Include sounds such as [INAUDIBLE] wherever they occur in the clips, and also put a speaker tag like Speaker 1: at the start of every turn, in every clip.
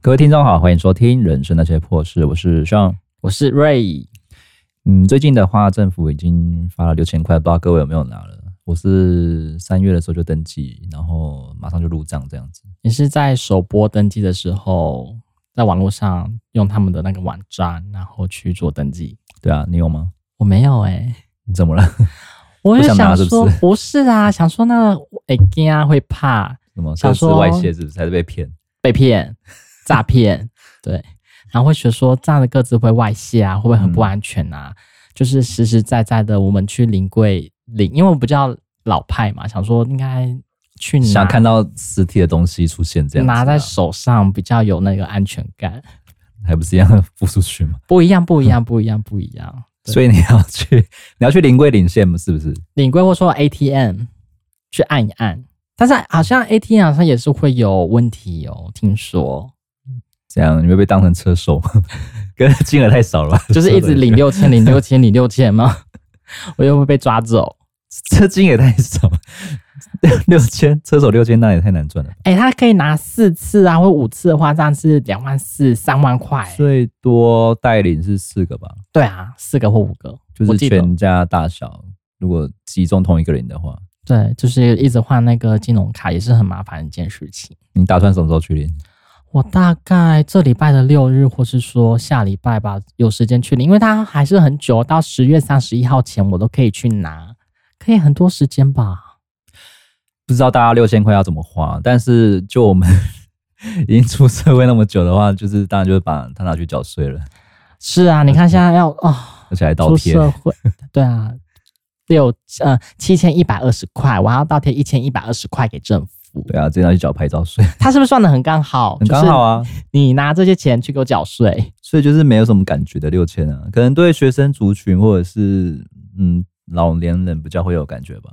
Speaker 1: 各位听众好，欢迎收听《人生那些破事》，我是 Sean。
Speaker 2: 我是 Ray，
Speaker 1: 嗯，最近的话，政府已经发了六千块，不知道各位有没有拿了？我是三月的时候就登记，然后马上就入账这样子。
Speaker 2: 也是在首播登记的时候，在网络上用他们的那个网站，然后去做登记。
Speaker 1: 对啊，你有吗？
Speaker 2: 我没有哎、
Speaker 1: 你怎么了？ [LAUGHS]
Speaker 2: 我就
Speaker 1: 不想拿
Speaker 2: 想
Speaker 1: 是不
Speaker 2: 说
Speaker 1: 是
Speaker 2: 不是啊，想说那个哎呀会怕
Speaker 1: 什么？
Speaker 2: 想
Speaker 1: 这是
Speaker 2: 说
Speaker 1: 外泄是不是？还是被骗？
Speaker 2: 被骗、诈骗， [LAUGHS] 对，然后会觉得说这样的个资会外泄啊，会不会很不安全啊？就是实实在在的，我们去临柜领，因为我比较老派嘛，想说应该去拿
Speaker 1: 想看到实体的东西出现这样子啊、
Speaker 2: 嗯拿在手上比较有那个安全感，
Speaker 1: 还不是一样付出去吗？
Speaker 2: 不一样，不一样，不一样，不一样。对
Speaker 1: 所以你要去，你要去临柜领现吗？是不是？
Speaker 2: 领柜或说 ATM 去按一按，但是好像 ATM 好像也是会有问题哦，听说
Speaker 1: 这样你会被当成车手吗？ [LAUGHS] 跟金额太少了吧？
Speaker 2: 就是一直领
Speaker 1: [LAUGHS]
Speaker 2: 六千、领六千、领六千吗？ [LAUGHS] 我又会被抓走。
Speaker 1: 车金也太少， [LAUGHS] 六千车手六千那也太难赚了吧，
Speaker 2: 哎、他可以拿四次啊，或五次的话，这样是两万四、三万块。
Speaker 1: 最多带领是四个吧，
Speaker 2: 对啊，四个或五个，
Speaker 1: 就
Speaker 2: 我
Speaker 1: 是
Speaker 2: 记得
Speaker 1: 全家大小，如果集中同一个人的话，
Speaker 2: 对，就是一直换那个金融卡也是很麻烦的一件事情。
Speaker 1: 你打算什么时候去领？
Speaker 2: 我大概这礼拜的六日，或是说下礼拜吧，有时间去领，因为它还是很久，到十月三十一号前我都可以去拿，可以很多时间吧。
Speaker 1: 不知道大家六千块要怎么花，但是就我们 [LAUGHS] 已经出社会那么久的话，就是当然就是把它拿去缴税了，
Speaker 2: 是啊，你看现在要啊、
Speaker 1: 而且还倒
Speaker 2: 出
Speaker 1: 贴。
Speaker 2: 社会，对啊，六呃七千一百二十块，我还要倒贴一千一百二十块给政府，
Speaker 1: 对啊，直接拿去缴牌照
Speaker 2: [LAUGHS]
Speaker 1: 税，
Speaker 2: 他是不是算的很刚好？
Speaker 1: 很刚好啊。
Speaker 2: 就是你拿这些钱去给我缴税，
Speaker 1: 所以就是没有什么感觉的六千啊，可能对学生族群或者是嗯老年人比较会有感觉吧。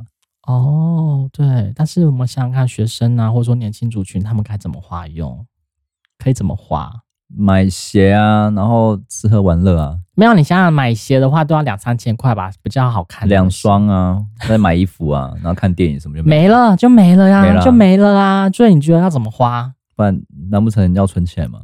Speaker 2: 哦，对，但是我们想想看，学生啊，或者说年轻族群，他们该怎么花用？可以怎么花？
Speaker 1: 买鞋啊，然后吃喝玩乐啊，
Speaker 2: 没有，你想想买鞋的话都要两三千块吧，比较好看。
Speaker 1: 两，双啊，再买衣服
Speaker 2: [LAUGHS]
Speaker 1: 啊，然后看电影什么就没了。
Speaker 2: 没了就没了呀，
Speaker 1: 没了
Speaker 2: 就没了啦。所以你觉得要怎么花？
Speaker 1: 不然难不成要存钱吗？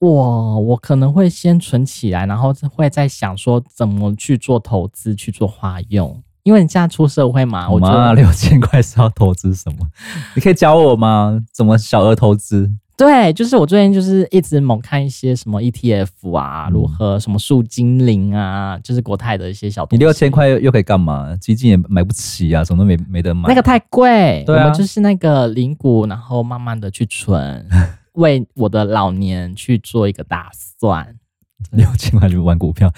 Speaker 2: 我我可能会先存起来，然后会再想说怎么去做投资，去做花用。因为你现在出社会啊嘛，我觉 [LAUGHS]
Speaker 1: 妈，
Speaker 2: 得
Speaker 1: 六千块是要投资什么？你可以教我吗？怎么小额投资？
Speaker 2: 对，就是我最近就是一直猛看一些什么 ETF 啊，
Speaker 1: 嗯
Speaker 2: 如何什么树精灵啊，就是国泰的一些小东
Speaker 1: 你
Speaker 2: 西。
Speaker 1: 六千块又又可以干嘛？基金也买不起啊，什么都没没得买。
Speaker 2: 那个太贵，
Speaker 1: 对啊
Speaker 2: 我们就是那个零股，然后慢慢的去
Speaker 1: [LAUGHS]
Speaker 2: 存，为我的老年去做一个打算。
Speaker 1: [LAUGHS] 六千块就玩股票，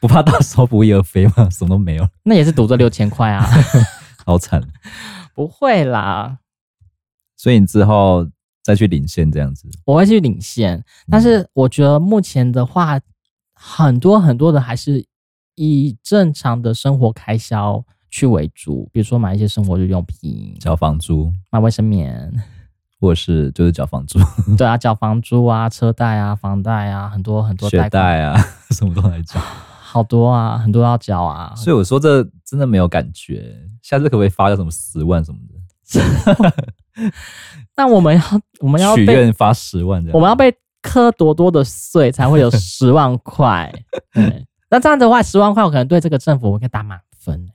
Speaker 1: 不怕到时候不翼而飞吗？ [LAUGHS] 什么都没有，
Speaker 2: 那也是赌这六千块啊，
Speaker 1: [LAUGHS] 好惨。
Speaker 2: 不会啦，
Speaker 1: 所以你之后再去领先这样子。
Speaker 2: 我会去领
Speaker 1: 嗯
Speaker 2: 先。但是我觉得目前的话，很多很多的还是以正常的生活开销去为主，比如说买一些生活日用品，
Speaker 1: 缴房租，
Speaker 2: 买卫生
Speaker 1: [LAUGHS]
Speaker 2: 棉，
Speaker 1: 或者是就是缴房租、
Speaker 2: 对啊，缴房租啊、车贷啊、房贷啊，很多很多
Speaker 1: 学
Speaker 2: 贷款，
Speaker 1: 贷啊， [LAUGHS] 什么都来缴。
Speaker 2: 好多啊，很多要缴啊。
Speaker 1: 所以我说这真的没有感觉，下次可不可以发个什么十万什么的？
Speaker 2: 那
Speaker 1: [LAUGHS]
Speaker 2: 我们要我们要
Speaker 1: 许
Speaker 2: 被
Speaker 1: 愿发十万这样，
Speaker 2: 我们要被磕多多的税
Speaker 1: [LAUGHS]
Speaker 2: 才会有十万块。对，那这样的话，十万块我可能对这个政府我可以打满分。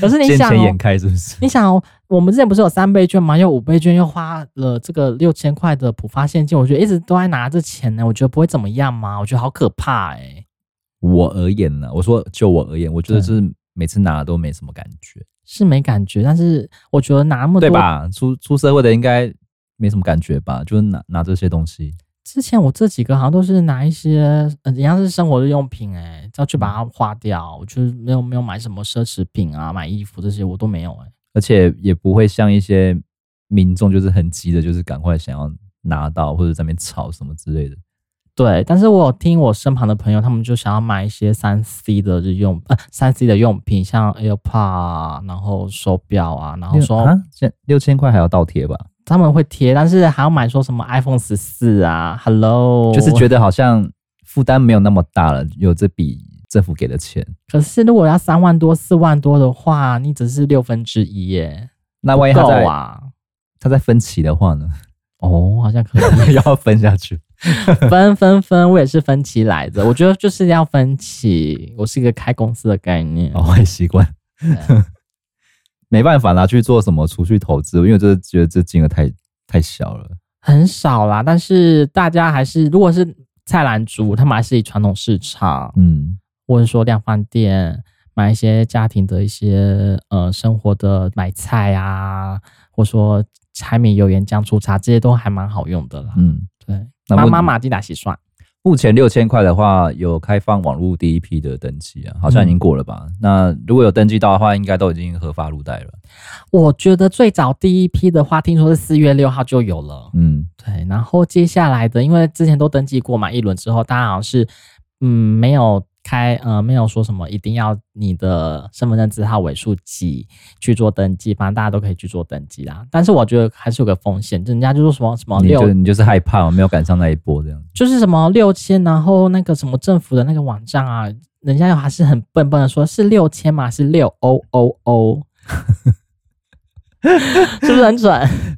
Speaker 2: 可是你
Speaker 1: 见
Speaker 2: 想、
Speaker 1: 钱
Speaker 2: 哦
Speaker 1: 眼，开是不是？
Speaker 2: 你想、哦，我们之前不是有三倍券吗？又有五倍券，又花了这个六千块的普发现金，我觉得一直都在拿着钱呢，我觉得不会怎么样吗？我觉得好可怕哎、
Speaker 1: 我而言呢、我说就我而言，我觉得
Speaker 2: 对
Speaker 1: 就是每次拿都没什么感觉，
Speaker 2: 是没感觉，但是我觉得拿那么
Speaker 1: 对
Speaker 2: 多
Speaker 1: 吧？出出社会的应该没什么感觉吧？就是拿拿这些东西，
Speaker 2: 之前我这几个好像都是拿一些，呃，一样是生活日用品、哎，要去
Speaker 1: 嗯
Speaker 2: 把它花掉。我就是没有没有买什么奢侈品啊，买衣服这些我都没有、哎，
Speaker 1: 而且也不会像一些民众就是很急的，就是赶快想要拿到或者在那边吵什么之类的。
Speaker 2: 对，但是我有听我身旁的朋友，他们就想要买一些三 C 的日用，呃，三 C 的用品，像 AirPod，、啊、然后手表啊，然后
Speaker 1: 六
Speaker 2: 说
Speaker 1: 啊，现六千块还要倒贴吧？
Speaker 2: 他们会贴，但是还要买说什么 iPhone 十四啊，Hello，
Speaker 1: [LAUGHS] 就是觉得好像负担没有那么大了，有这笔政府给的钱。
Speaker 2: 可是如果要三万多、四万多的话，你只是六分之一耶，
Speaker 1: 那万一
Speaker 2: 够
Speaker 1: 他在、
Speaker 2: 啊。
Speaker 1: 他在分期的话呢？ [LAUGHS]
Speaker 2: 哦，好像可以。
Speaker 1: 要分下去， [LAUGHS]
Speaker 2: 分分分，我也是分期来的。我觉得就是要分期，我是一个开公司的概念。
Speaker 1: 哦，坏习惯，
Speaker 2: 啊
Speaker 1: [LAUGHS] 没办法拿去做什么储蓄投资，因为我就是觉得这金额太太小了。
Speaker 2: 很少啦，但是大家还是，如果是菜篮族，他们还是以传统市场，
Speaker 1: 嗯，
Speaker 2: 或者说量贩店买一些家庭的一些呃生活的买菜啊，或者说柴米油盐酱醋茶，这些都还蛮好用的啦。
Speaker 1: 嗯，
Speaker 2: 对，
Speaker 1: 那
Speaker 2: 妈
Speaker 1: 问
Speaker 2: 妈马蒂达洗刷，
Speaker 1: 目前六千块的话，有开放网络第一批的登记啊，好像已经过了吧？
Speaker 2: 嗯
Speaker 1: 那如果有登记到的话，应该都已经合法入袋了。
Speaker 2: 我觉得最早第一批的话，听说是四月六号就有了。
Speaker 1: 嗯，
Speaker 2: 对，然后接下来的，因为之前都登记过嘛，一轮之后，大家好像是嗯没有开呃没有说什么一定要你的身份证字号尾数几去做登记，反正大家都可以去做登记啦。但是我觉得还是有个风险，就人家就说什么什么
Speaker 1: 你
Speaker 2: 哦六
Speaker 1: 就你就是害怕没有赶上那一波这
Speaker 2: [LAUGHS]
Speaker 1: 样。
Speaker 2: 就是什么六千，然后那个什么政府的那个网站啊，人家又还是很笨笨的说，是六千嘛，是六哦欧欧欧， [LAUGHS] 是不是很准？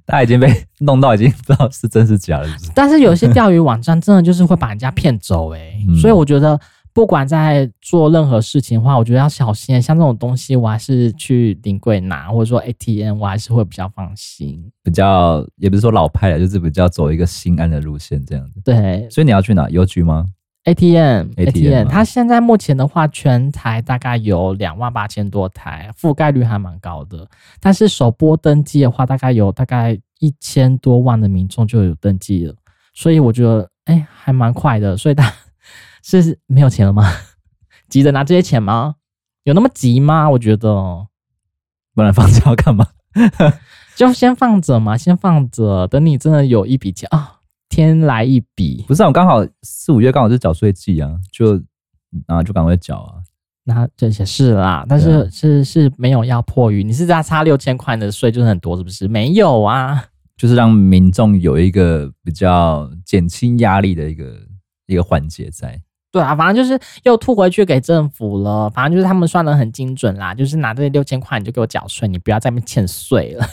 Speaker 1: 大家已经被弄到已经不知道是真是假了，是不是？
Speaker 2: 但是有些钓鱼网站真的就是会把人家骗走哎、
Speaker 1: 嗯
Speaker 2: 所以我觉得不管在做任何事情的话，我觉得要小心、像这种东西，我还是去临柜拿，或者说 ATM，我还是会比较放心。
Speaker 1: 比较也不是说老派了，就是比较走一个心安的路线这样子。
Speaker 2: 对
Speaker 1: 所以你要去哪邮局吗？
Speaker 2: ，ATM
Speaker 1: ATM
Speaker 2: 它现在目前的话，全台大概有两万八千多台，覆盖率还蛮高的。但是首播登记的话，大概有大概一千多万的民众就有登记了，所以我觉得哎、还蛮快的。所以大 [LAUGHS] 是没有钱了吗？ [LAUGHS] 急着拿这些钱吗？有那么急吗？我觉得哦
Speaker 1: 不然放假要干嘛？ [LAUGHS]
Speaker 2: 就先放着嘛，先放着，等你真的有一笔钱啊、天来一笔，
Speaker 1: 不是、啊，我刚好四五月刚好是缴税季啊，就啊就赶快缴啊。
Speaker 2: 那这些是啦，但
Speaker 1: 对
Speaker 2: 是是是没有要迫于你是在差六千块的税就是很多是不是？没有啊，
Speaker 1: 就是让民众有一个比较减轻压力的一个一个环节在。
Speaker 2: 对啊，反正就是又吐回去给政府了，反正就是他们算的很精准啦，就是拿这六千块你就给我缴税，你不要再那边欠税了。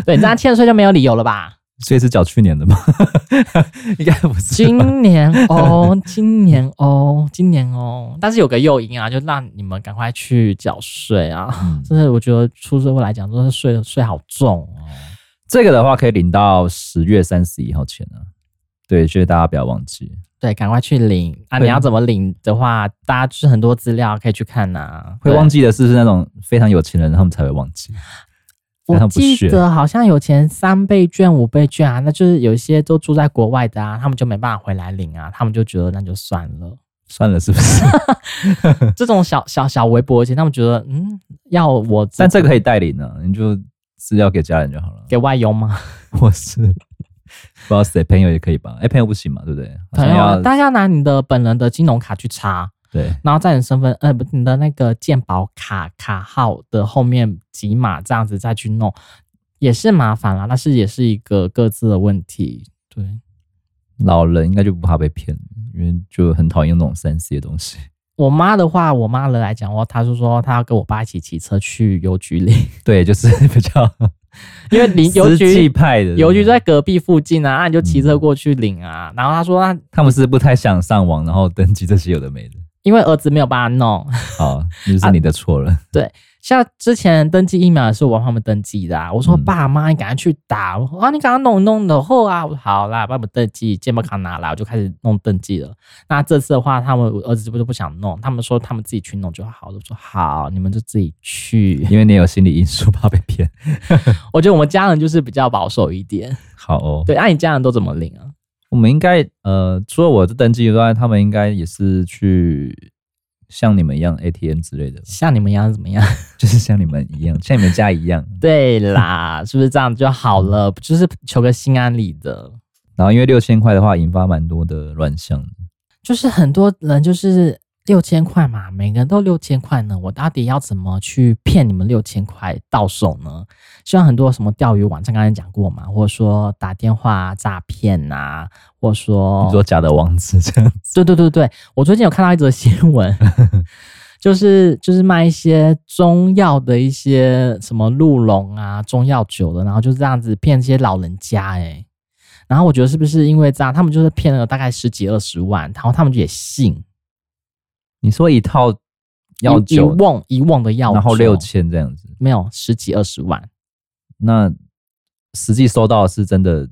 Speaker 2: [LAUGHS] 对，你这样欠税就没有理由了吧？
Speaker 1: 所以是缴去年的吗？ [LAUGHS] 应该不是吧。
Speaker 2: 今年哦，今年哦，今年哦，但是有个诱因啊，就让你们赶快去缴税啊！
Speaker 1: 嗯
Speaker 2: 真的，我觉得出社会来讲，真的税税好重哦。
Speaker 1: 这个的话可以领到十月三十一号前啊。对，所以大家不要忘记。
Speaker 2: 对，赶快去领啊！
Speaker 1: 会
Speaker 2: 你要怎么领的话，大家就是很多资料可以去看呐、
Speaker 1: 会
Speaker 2: 对
Speaker 1: 忘记的是是那种非常有钱人，他们才会忘记。非
Speaker 2: 我
Speaker 1: 常不
Speaker 2: 记
Speaker 1: 屑
Speaker 2: 得好像有钱三倍券、五倍券啊，那就是有一些都住在国外的啊，他们就没办法回来领啊，他们就觉得那就算了。
Speaker 1: 算了，是不是？
Speaker 2: 这种小小小微薄的钱，他们觉得嗯，要我
Speaker 1: 但这个可以代领呢，你就资料给家人就好了。
Speaker 2: 给外佣吗？
Speaker 1: 我是 [LAUGHS] 不知道谁朋友也可以吧？哎、朋友不行嘛，对不对？好
Speaker 2: 朋
Speaker 1: 像
Speaker 2: 友
Speaker 1: 要
Speaker 2: 啊，大家拿你的本人的金融卡去查，
Speaker 1: 对，
Speaker 2: 然后在你身份呃不你的那个健保卡卡号的后面几码这样子再去弄，也是麻烦啦，但是也是一个各自的问题。对，
Speaker 1: 老人应该就不怕被骗，因为就很讨厌那种三 C 的东西。 [LAUGHS]
Speaker 2: 我妈的话，我妈的来讲的话，她就说她要跟我爸一起骑车去邮局领， [LAUGHS]
Speaker 1: 对，就是 [LAUGHS] 比较
Speaker 2: 因为领邮
Speaker 1: [LAUGHS] 实际
Speaker 2: 局
Speaker 1: 派的
Speaker 2: 邮局在隔壁附近啊，那你就骑车过去领啊。然后她说她
Speaker 1: 他们是不太想上网，然后登记这些有的没的。
Speaker 2: 因为儿子没有帮她弄，
Speaker 1: 好，那
Speaker 2: 啊
Speaker 1: 就是你的错了。
Speaker 2: [LAUGHS] 像之前登记疫苗也是我帮他们登记的、啊，我说
Speaker 1: 嗯
Speaker 2: 爸妈你赶快去打，我说啊你赶快弄一弄的后啊，我说好啦，帮我们登记，健保卡拿来，我就开始弄登记了。那这次的话，他们我儿子不就不想弄，他们说他们自己去弄就好了，我说好，你们就自己去。
Speaker 1: 因为你有心理因素，怕被骗。
Speaker 2: 我觉得我们家人就是比较保守一点，
Speaker 1: 好哦，
Speaker 2: 对，那、啊你家人都怎么领啊？
Speaker 1: 我们应该呃，除了我这登记以外，他们应该也是去像你们一样 ATM 之类的吧， [LAUGHS]
Speaker 2: 像你们一样怎么样？ [LAUGHS]
Speaker 1: 就是像你们一样，像你们家一样。
Speaker 2: 对啦，是不是这样就好了？就是求个心安理得。
Speaker 1: 然后因为六千块的话，引发蛮多的乱象的。
Speaker 2: 就是很多人就是六千块嘛，每个人都六千块呢，我到底要怎么去骗你们六千块到手呢？像很多什么钓鱼网站，刚才讲过嘛，或者说打电话诈骗呐，或者说
Speaker 1: 你说假的网址这样子，
Speaker 2: 对对对对，我最近有看到一则新
Speaker 1: [LAUGHS]
Speaker 2: 闻，就是就是卖一些中药的一些什么鹿茸啊、中药酒的，然后就这样子骗一些老人家哎、然后我觉得是不是因为这样，他们就是骗了大概十几二十万，然后他们也信
Speaker 1: 你说一套药
Speaker 2: 一一
Speaker 1: 酒，
Speaker 2: 瓮一瓮的药酒，
Speaker 1: 然后六千这样子，
Speaker 2: 没有十几二十万，
Speaker 1: 那实际收到的是真的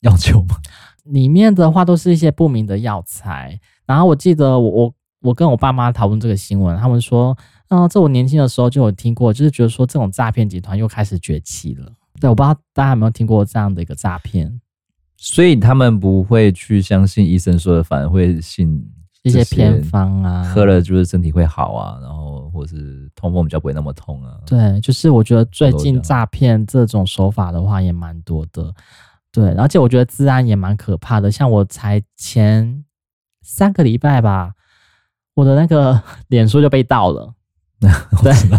Speaker 1: 药酒吗？
Speaker 2: 里面的话都是一些不明的药材。然后我记得我我我跟我爸妈讨论这个新闻，他们说，嗯、这我年轻的时候就有听过，就是觉得说这种诈骗集团又开始崛起了。对，我不知道大家有没有听过这样的一个诈骗，
Speaker 1: 所以他们不会去相信医生说的，反而会信
Speaker 2: 一
Speaker 1: 这
Speaker 2: 些偏，方啊，
Speaker 1: 喝了就是身体会好啊，然后或是痛风比较不会那么痛啊。
Speaker 2: 对，就是我觉得最
Speaker 1: 都这
Speaker 2: 近
Speaker 1: 样
Speaker 2: 诈骗这种手法的话也蛮多的，对，而且我觉得治安也蛮可怕的。像我才前三个礼拜吧，我的那个 [LAUGHS] 脸书就被盗了。
Speaker 1: 我知道。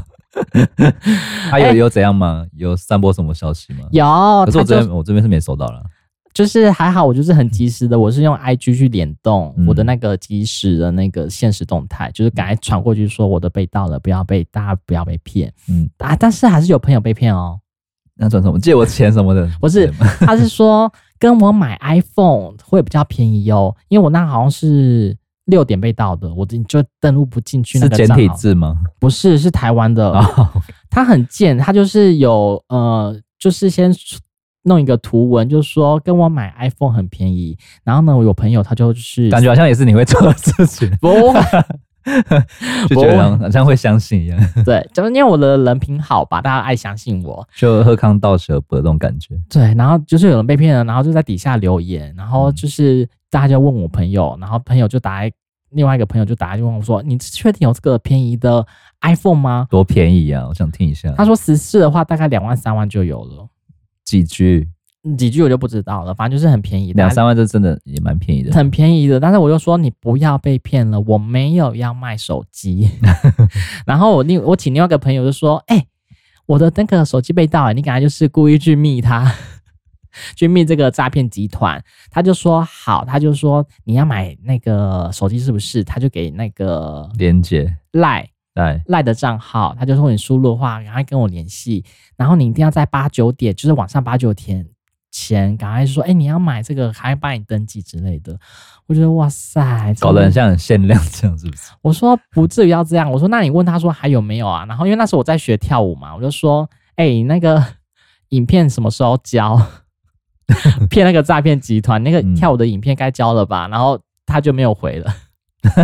Speaker 1: 他有有怎样吗？有散播什么消息吗？
Speaker 2: 有，
Speaker 1: 可是
Speaker 2: 他
Speaker 1: 我这
Speaker 2: 就
Speaker 1: 边我这边是没收到了。
Speaker 2: 就是还好，我就是很及时的，我是用 IG 去联动
Speaker 1: 嗯
Speaker 2: 我的那个及时的那个现实动态，就是赶快传过去说我的被盗了，不要被大家不要被骗
Speaker 1: 嗯，
Speaker 2: 啊！但是还是有朋友被骗哦，
Speaker 1: 那转什么？借我钱什么的？
Speaker 2: 不是
Speaker 1: 对 [LAUGHS] 吗
Speaker 2: 他是说跟我买 iPhone 会比较便宜哦，因为我那好像是六点被盗的，我就登录不进去那
Speaker 1: 是
Speaker 2: 个
Speaker 1: 简
Speaker 2: 账
Speaker 1: 体
Speaker 2: 号，
Speaker 1: 字吗？
Speaker 2: 不是是台湾的，
Speaker 1: 啊，
Speaker 2: 他很贱，他就是有呃，就是先弄一个图文，就说跟我买 iPhone 很便宜，然后呢，我有朋友他就是 [LAUGHS]
Speaker 1: 感觉好像也是你会做的事情，
Speaker 2: 不
Speaker 1: [LAUGHS] 就觉得好像好像会相信一样， [LAUGHS]
Speaker 2: 对，就是因为我的人品好吧，大家爱相信我，
Speaker 1: 就喝康道蛇伯这种感觉。
Speaker 2: 对，然后就是有人被骗了，然后就在底下留言，然后就是大家就问我朋友，然后朋友就打来，另外一个朋友就打来就问我说：“你确定有这个便宜的 iPhone 吗
Speaker 1: 多便宜啊！我想听一下。？”
Speaker 2: 他说：“十四的话大概两万三万就有了。
Speaker 1: 几 G，”
Speaker 2: 几句我就不知道了，反正就是很便宜，
Speaker 1: 两三万这真的也蛮便宜的。
Speaker 2: 很便宜的。但是我就说你不要被骗了，我没有要卖手机。然后我另我请另外一个朋友就说：“哎、我的那个手机被盗了，你赶快就是故意去密他， [LAUGHS] 去密这个诈骗集团。”他就说：“好。”他就说：“你要买那个手机是不是？”他就给那个
Speaker 1: 连接
Speaker 2: 赖
Speaker 1: 对，
Speaker 2: 赖的账号，他就说你输入的话，赶快跟我联系，然后你一定要在八九点，就是晚上八九点前，赶快说，哎、你要买这个，还帮你登记之类的。我觉得哇塞，
Speaker 1: 搞得很
Speaker 2: 真的。
Speaker 1: 像很限量这样，
Speaker 2: [LAUGHS]
Speaker 1: 是不是？
Speaker 2: 我说不至于要这样，我说那你问他说还有没有啊？然后因为那时候我在学跳舞嘛，我就说，哎、你那个 [LAUGHS] 影片什么时候交？ [LAUGHS] 骗那个诈骗集团，那个
Speaker 1: 嗯
Speaker 2: 跳舞的影片该交了吧？然后他就没有回了。 [LAUGHS]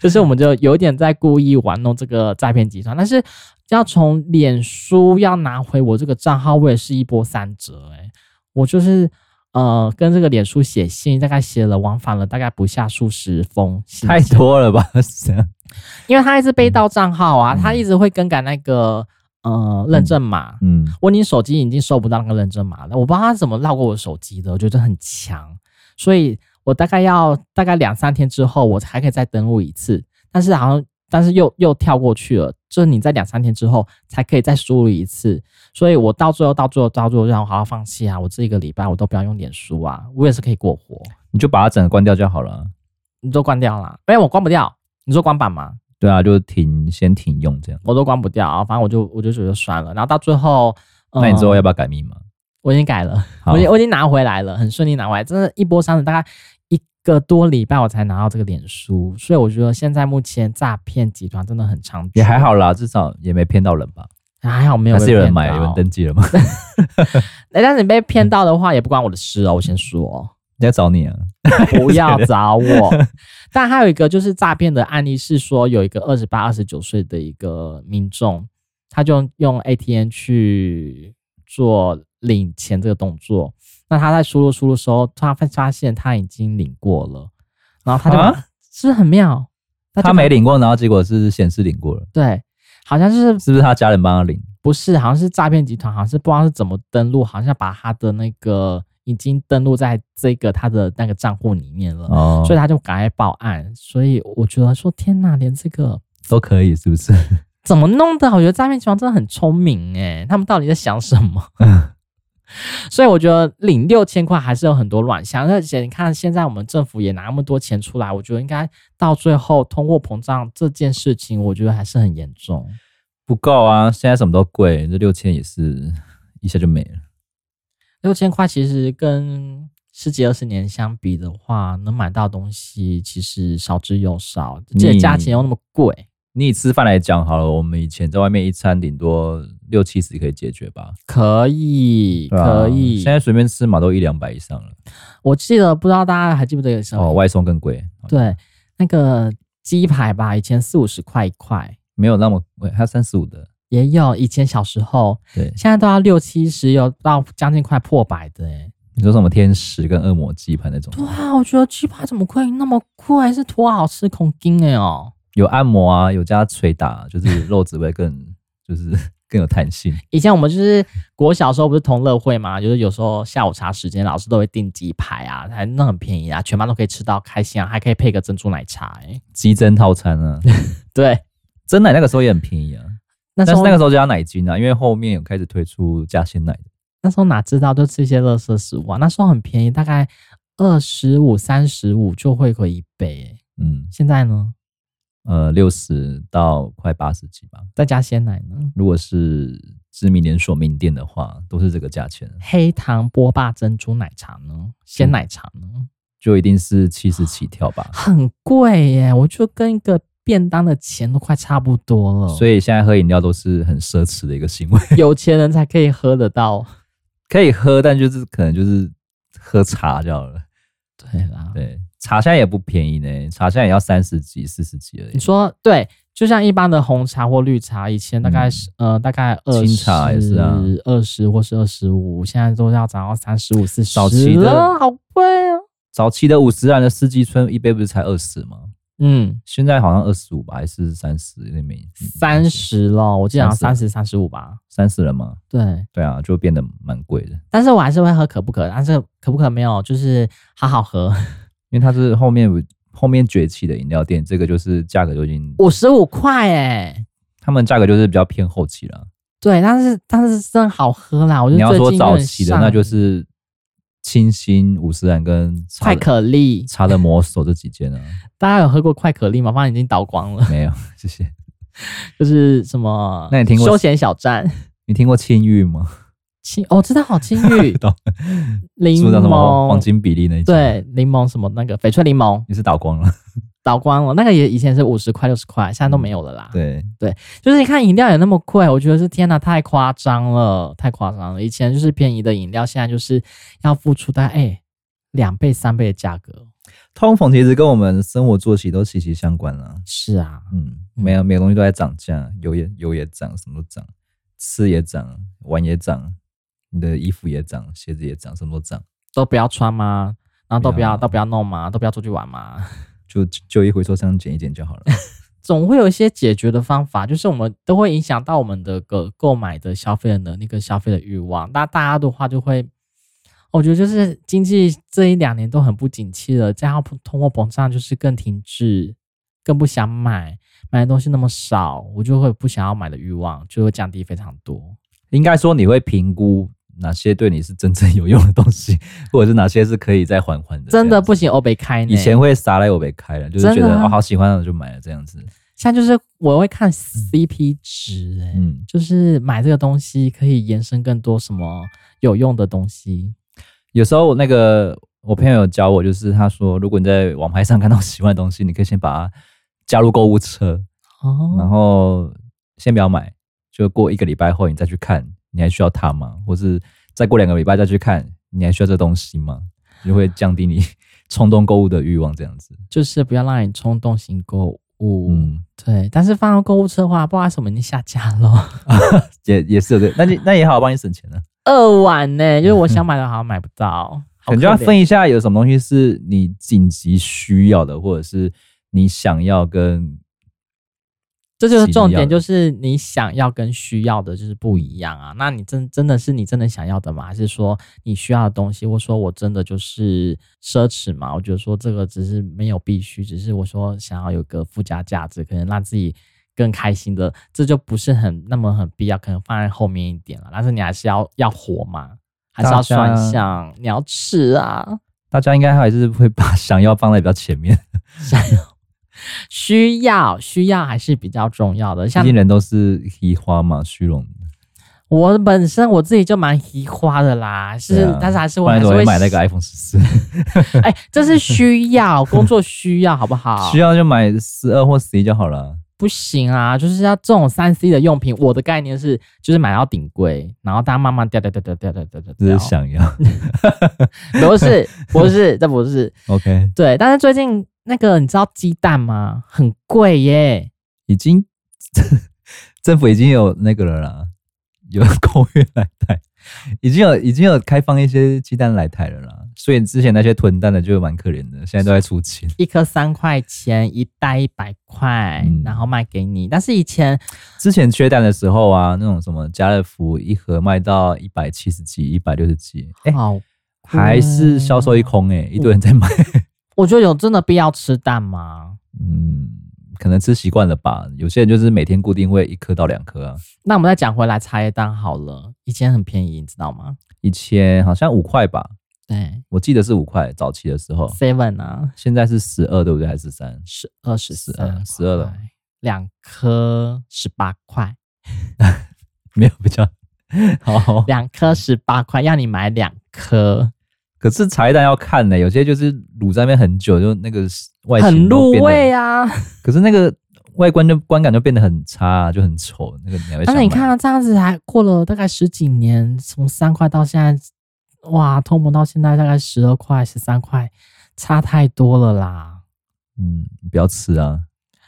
Speaker 2: 就是我们就有点在故意玩弄这个诈骗集团，但是要从脸书要拿回我这个账号，我也是一波三折、欸。我就是呃跟这个脸书写信，大概写了往返了大概不下数十封信，
Speaker 1: 太，多了吧？ [LAUGHS] 是这样
Speaker 2: 因为他一直被盗账号啊，
Speaker 1: 嗯
Speaker 2: 他一直会更改那个呃认证码。
Speaker 1: 嗯，
Speaker 2: 我你手机已经收不到那个认证码了，我不知道他怎么绕过我手机的，我觉得很强，所以我大概要大概两三天之后，我才可以再登录一次，但是好像但是又又跳过去了，就是你在两三天之后才可以再输入一次，所以我到最后到最后到最后让我好好放弃啊，我这一个礼拜我都不要用脸书啊，我也是可以过活，
Speaker 1: 你就把它整个关掉就好了啊。
Speaker 2: 你都关掉啦，没有我关不掉，你说关版吗？
Speaker 1: 对啊，就停，先停用这样。
Speaker 2: 我都关不掉啊，反正我就我就觉得算了，然后到最后。嗯
Speaker 1: 那你之后要不要改密码？
Speaker 2: 我已经改了，
Speaker 1: 好
Speaker 2: 我已经我已经拿回来了，很顺利拿回来，真的，一波三折，大概一个多礼拜我才拿到这个脸书，所以我觉得现在目前诈骗集团真的很猖獗，
Speaker 1: 也还好啦，至少也没骗到人吧？
Speaker 2: 还好没有
Speaker 1: 还
Speaker 2: 被
Speaker 1: 是有人
Speaker 2: 骗
Speaker 1: 买，[LAUGHS]
Speaker 2: 到
Speaker 1: 有人登记了吗？
Speaker 2: 哎但是你被骗到的话也不关我的事哦，我先说哦，
Speaker 1: 人家找你啊？
Speaker 2: 不要找
Speaker 1: [LAUGHS]
Speaker 2: 我。 [LAUGHS] 但还有一个就是诈骗的案例是说，有一个二十八、二十九岁的一个民众，他就用 ATM 去做领钱这个动作。那他在输入输入的时候，他发发现他已经领过了，然后他就、
Speaker 1: 啊
Speaker 2: 是不是很妙？就
Speaker 1: 他没领过，然后结果是显示领过了，
Speaker 2: 对，好像是
Speaker 1: 是不是他家人帮他领？
Speaker 2: 不是，好像是诈骗集团，好像是不知道是怎么登录，好像把他的那个已经登录在这个他的那个账户里面了。
Speaker 1: 哦，
Speaker 2: 所以他就赶快报案。所以我觉得说，天哪，连这个
Speaker 1: 都可以，是不是？
Speaker 2: 怎么弄的？我觉得诈骗集团真的很聪明诶，他们到底在想什么？ [LAUGHS] 所以我觉得领六千块还是有很多乱象，而且你看现在我们政府也拿那么多钱出来，我觉得应该到最后通货膨胀这件事情，我觉得还是很严重。
Speaker 1: 不够啊，现在什么都贵，这六千也是一下就没了。
Speaker 2: 六千块其实跟十几二十年相比的话，能买到的东西其实少之又少，而且
Speaker 1: 你
Speaker 2: 价钱又那么贵，
Speaker 1: 你以吃饭来讲好了，我们以前在外面一餐顶多六七十可以解决吧？
Speaker 2: 可以、
Speaker 1: 对啊
Speaker 2: 可以
Speaker 1: 现。在随便吃嘛都一两百以上了。
Speaker 2: 我记得不知道大家还记不记得有什么？
Speaker 1: 哦，外送更贵。好像
Speaker 2: 对，那个鸡排吧，以前四五十块一块
Speaker 1: 没有那么贵，还有三十五的。
Speaker 2: 也有，以前小时候，
Speaker 1: 对，
Speaker 2: 现在都要六七十，有到将近快破百的哎、
Speaker 1: 你说什么天使跟恶魔鸡排那种，
Speaker 2: 哇，我觉得鸡排怎么会那么贵？是土好吃恐惊哎哦，
Speaker 1: 有按摩啊，有加捶打，就是肉质会更 [LAUGHS] 就是更有弹性。
Speaker 2: 以前我们就是国小时候不是同乐会嘛，就是有时候下午茶时间，老师都会订鸡排啊，还那很便宜啊，全班都可以吃到开心啊，还可以配个珍珠奶茶哎、
Speaker 1: 鸡胗套餐啊，
Speaker 2: 对，
Speaker 1: 真奶那个时候也很便宜啊，
Speaker 2: 那
Speaker 1: 但
Speaker 2: 时
Speaker 1: 是
Speaker 2: 候
Speaker 1: 那个时候加奶精啊，因为后面有开始推出加鲜奶的，
Speaker 2: 那时候哪知道就吃一些垃圾食物啊，那时候很便宜，大概二十五、三十五就会回一杯欸、
Speaker 1: 嗯，
Speaker 2: 现在呢，
Speaker 1: 呃，六十到快八十几吧。
Speaker 2: 再加鲜奶呢，
Speaker 1: 如果是知名连锁名店的话，都是这个价钱，
Speaker 2: 黑糖波霸珍珠奶茶呢，鲜奶茶呢，
Speaker 1: 就一定是七十起跳吧。
Speaker 2: 很贵耶，我就跟一个便当的钱都快差不多了，
Speaker 1: 所以现在喝饮料都是很奢侈的一个行为， [LAUGHS]
Speaker 2: 有钱人才可以喝得到。 [LAUGHS]
Speaker 1: 可以喝，但就是可能就是喝茶就好了。
Speaker 2: 对啦，
Speaker 1: 对，茶现在也不便宜呢，茶现在也要三十几、四十几而已
Speaker 2: 你。说对，就像一般的红茶或绿茶，以前大概是、呃大概二
Speaker 1: 嗯清茶也是啊
Speaker 2: 二十或是二十五，现在都要涨到三十五、四十
Speaker 1: 早期的
Speaker 2: 了，好贵啊。
Speaker 1: 早期的五十元的四季春一杯不是才二十吗？
Speaker 2: 嗯，
Speaker 1: 现在好像二十五吧，还是三十？有点没
Speaker 2: 三十咯，我记得三
Speaker 1: 30
Speaker 2: 十、三十五吧。
Speaker 1: 三十了吗？
Speaker 2: 对，
Speaker 1: 对啊，就变得蛮贵的，
Speaker 2: 但是我还是会喝可不可，但是可不可没有，就是好
Speaker 1: [LAUGHS]
Speaker 2: 好喝，
Speaker 1: 因为它是后面后面崛起的饮料店，这个就是价格就已经，
Speaker 2: 五十五块哎。
Speaker 1: 他们价格就是比较偏后期了。
Speaker 2: 对，但是但是真的好喝啦，我就
Speaker 1: 你要
Speaker 2: 最
Speaker 1: 说
Speaker 2: 近有
Speaker 1: 早
Speaker 2: 点
Speaker 1: 期的，
Speaker 2: 上
Speaker 1: 那就是清新、五十元跟茶
Speaker 2: 快
Speaker 1: 的
Speaker 2: 可丽，
Speaker 1: 茶的魔手这几间啊，
Speaker 2: 大家有喝过快可丽吗？发现已经倒光了，
Speaker 1: 没有谢谢。
Speaker 2: 就是什么？
Speaker 1: 那你听过
Speaker 2: 休闲小站？
Speaker 1: 你听过青玉吗？
Speaker 2: 青哦，知道好
Speaker 1: [LAUGHS]
Speaker 2: 青玉
Speaker 1: 懂，
Speaker 2: [LAUGHS] 柠
Speaker 1: 书叫什么黄
Speaker 2: 檬，
Speaker 1: 金比例那一间？
Speaker 2: 对，柠檬什么那个翡翠柠檬
Speaker 1: 你是倒光了，
Speaker 2: 倒光了，那个也以前是五十块六十块，现在都没有了啦。，
Speaker 1: 嗯对，
Speaker 2: 就是你看饮料也那么贵，我觉得是天哪，太夸张了，太夸张了。以前就是便宜的饮料，现在就是要付出大概哎两倍三倍的价格。
Speaker 1: 通膨其实跟我们生活作息都息息相关啦。
Speaker 2: 是啊，
Speaker 1: 嗯，每样每个东西都在涨价，油也油也涨，什么都涨，吃也涨，玩也涨，你的衣服也涨，鞋子也涨，什么都涨。
Speaker 2: 都不要穿吗？然后都不
Speaker 1: 没有
Speaker 2: 要
Speaker 1: 啊
Speaker 2: 都不要弄吗？都不要出去玩吗？
Speaker 1: 就就一回收箱捡一捡就好了。 [LAUGHS]
Speaker 2: 总会有一些解决的方法，就是我们都会影响到我们的个购买的消费的能力跟消费的欲望。那大家的话就会，我觉得就是经济这一两年都很不景气了，加上通货膨胀就是更停滞，更不想买，买的东西那么少，我就会有不想要买的欲望就会降低非常多。
Speaker 1: 应该说你会评估哪些对你是真正有用的东西，或者是哪些是可以再缓缓的。
Speaker 2: 真
Speaker 1: 这
Speaker 2: 的
Speaker 1: 样子
Speaker 2: 不行，欧北开呢。
Speaker 1: 以前会啥来我被开了，就是觉
Speaker 2: 真
Speaker 1: 得
Speaker 2: 的啊
Speaker 1: 哦好喜欢，我就买了这样子。
Speaker 2: 现在就是我会看 CP 值、欸，
Speaker 1: 嗯，
Speaker 2: 就是买这个东西可以延伸更多什么有用的东西。
Speaker 1: 有时候那个我朋友有教我，就是他说，如果你在网拍上看到喜欢的东西，你可以先把它加入购物车，
Speaker 2: 哦，
Speaker 1: 然后先不要买，就过一个礼拜后你再去看，你还需要它吗？或是再过两个礼拜再去看，你还需要这东西吗？就会降低你 [LAUGHS] 冲动购物的欲望，这样子。
Speaker 2: 就是不要让你冲动型购物。
Speaker 1: 嗯，
Speaker 2: 对，但是放到购物车的话，不知道为什么已经下架了，
Speaker 1: 也也是有这，那你那也好，帮你省钱了、
Speaker 2: [LAUGHS]
Speaker 1: 啊
Speaker 2: 二晚呢、就是
Speaker 1: [LAUGHS]
Speaker 2: 我想买的好像买不到，
Speaker 1: 可能就要
Speaker 2: 好可怜
Speaker 1: 分一下有什么东西是你紧急需要的，或者是你想要跟
Speaker 2: 这就是
Speaker 1: 几
Speaker 2: 重
Speaker 1: 样
Speaker 2: 点，就是你想要跟需要的就是不一样啊。那你真真的是你真的想要的吗？还是说你需要的东西，或说我真的就是奢侈嘛？我觉得说这个只是没有必须，只是我说想要有个附加价值，可能让自己更开心的，这就不是很那么很必要，可能放在后面一点了。但是你还是要要活嘛，还是要
Speaker 1: 大
Speaker 2: 算
Speaker 1: 家
Speaker 2: 项，你要吃啊，
Speaker 1: 大家应该还是会把 [LAUGHS] 想要放在比较前面，
Speaker 2: 想要需要需要还是比较重要的。
Speaker 1: 毕
Speaker 2: 像
Speaker 1: 竟人都是移花嘛，虚荣。
Speaker 2: 我本身我自己就蛮喜花的啦，
Speaker 1: 对
Speaker 2: 是，
Speaker 1: 啊
Speaker 2: 但是还是
Speaker 1: 不
Speaker 2: 我还
Speaker 1: 然
Speaker 2: 是
Speaker 1: 怎么
Speaker 2: 会
Speaker 1: 会买那个 iPhone 十四？ [LAUGHS]
Speaker 2: 喜 [LAUGHS] 哎，这是需要工作需要，好不好？
Speaker 1: [LAUGHS] 需要就买十二或十一就好了。
Speaker 2: 不行啊，就是要这种三 C 的用品。我的概念是，就是买到顶规，然后大家慢慢掉掉掉掉掉掉掉掉
Speaker 1: 只
Speaker 2: 掉
Speaker 1: 是，想要
Speaker 2: 不是 [LAUGHS] 不是，这不是
Speaker 1: ，OK，
Speaker 2: 对。但是最近那个你知道鸡蛋吗？很贵耶，
Speaker 1: 已经 [LAUGHS] 政府已经有那个了啦，有公约来台，已经有已经有开放一些鸡蛋来台了啦，所以之前那些囤蛋的就蛮可怜的，现在都在出钱。
Speaker 2: 一颗三块钱，一袋一百块，
Speaker 1: 嗯
Speaker 2: 然后卖给你。但是以前
Speaker 1: 之前缺蛋的时候啊，那种什么家乐福一盒卖到一百七十几、一百六十几，哎、
Speaker 2: 好，
Speaker 1: 还是销售一空哎、一堆人在买。
Speaker 2: 我觉得有真的必要吃蛋吗？
Speaker 1: 嗯，可能吃习惯了吧。有些人就是每天固定会一颗到两颗啊，
Speaker 2: 那我们再讲回来茶叶蛋好了，以前很便宜，你知道吗？
Speaker 1: 以前好像五块吧，
Speaker 2: 对
Speaker 1: 我记得是五块，早期的时候。
Speaker 2: ，seven 啊，
Speaker 1: 现在是十二对不对？还是三？ [LAUGHS]
Speaker 2: 十二十
Speaker 1: 12
Speaker 2: 三
Speaker 1: 12了，
Speaker 2: 两颗十八块，
Speaker 1: 没有比较好。
Speaker 2: 两颗十八块，要你买两颗，
Speaker 1: 可是茶叶蛋要看呢、有些就是卤在那边很久，就那个外形
Speaker 2: 很入味
Speaker 1: 啊。
Speaker 2: 啊。
Speaker 1: 可是那个外观就观感就变得很差、就很丑。那个你还会想
Speaker 2: 但
Speaker 1: 买？
Speaker 2: 是你看、啊、这样子，还过了大概十几年，从三块到现在，哇，通膨到现在大概十二块、十三块，差太多了啦。
Speaker 1: 嗯，不要吃啊。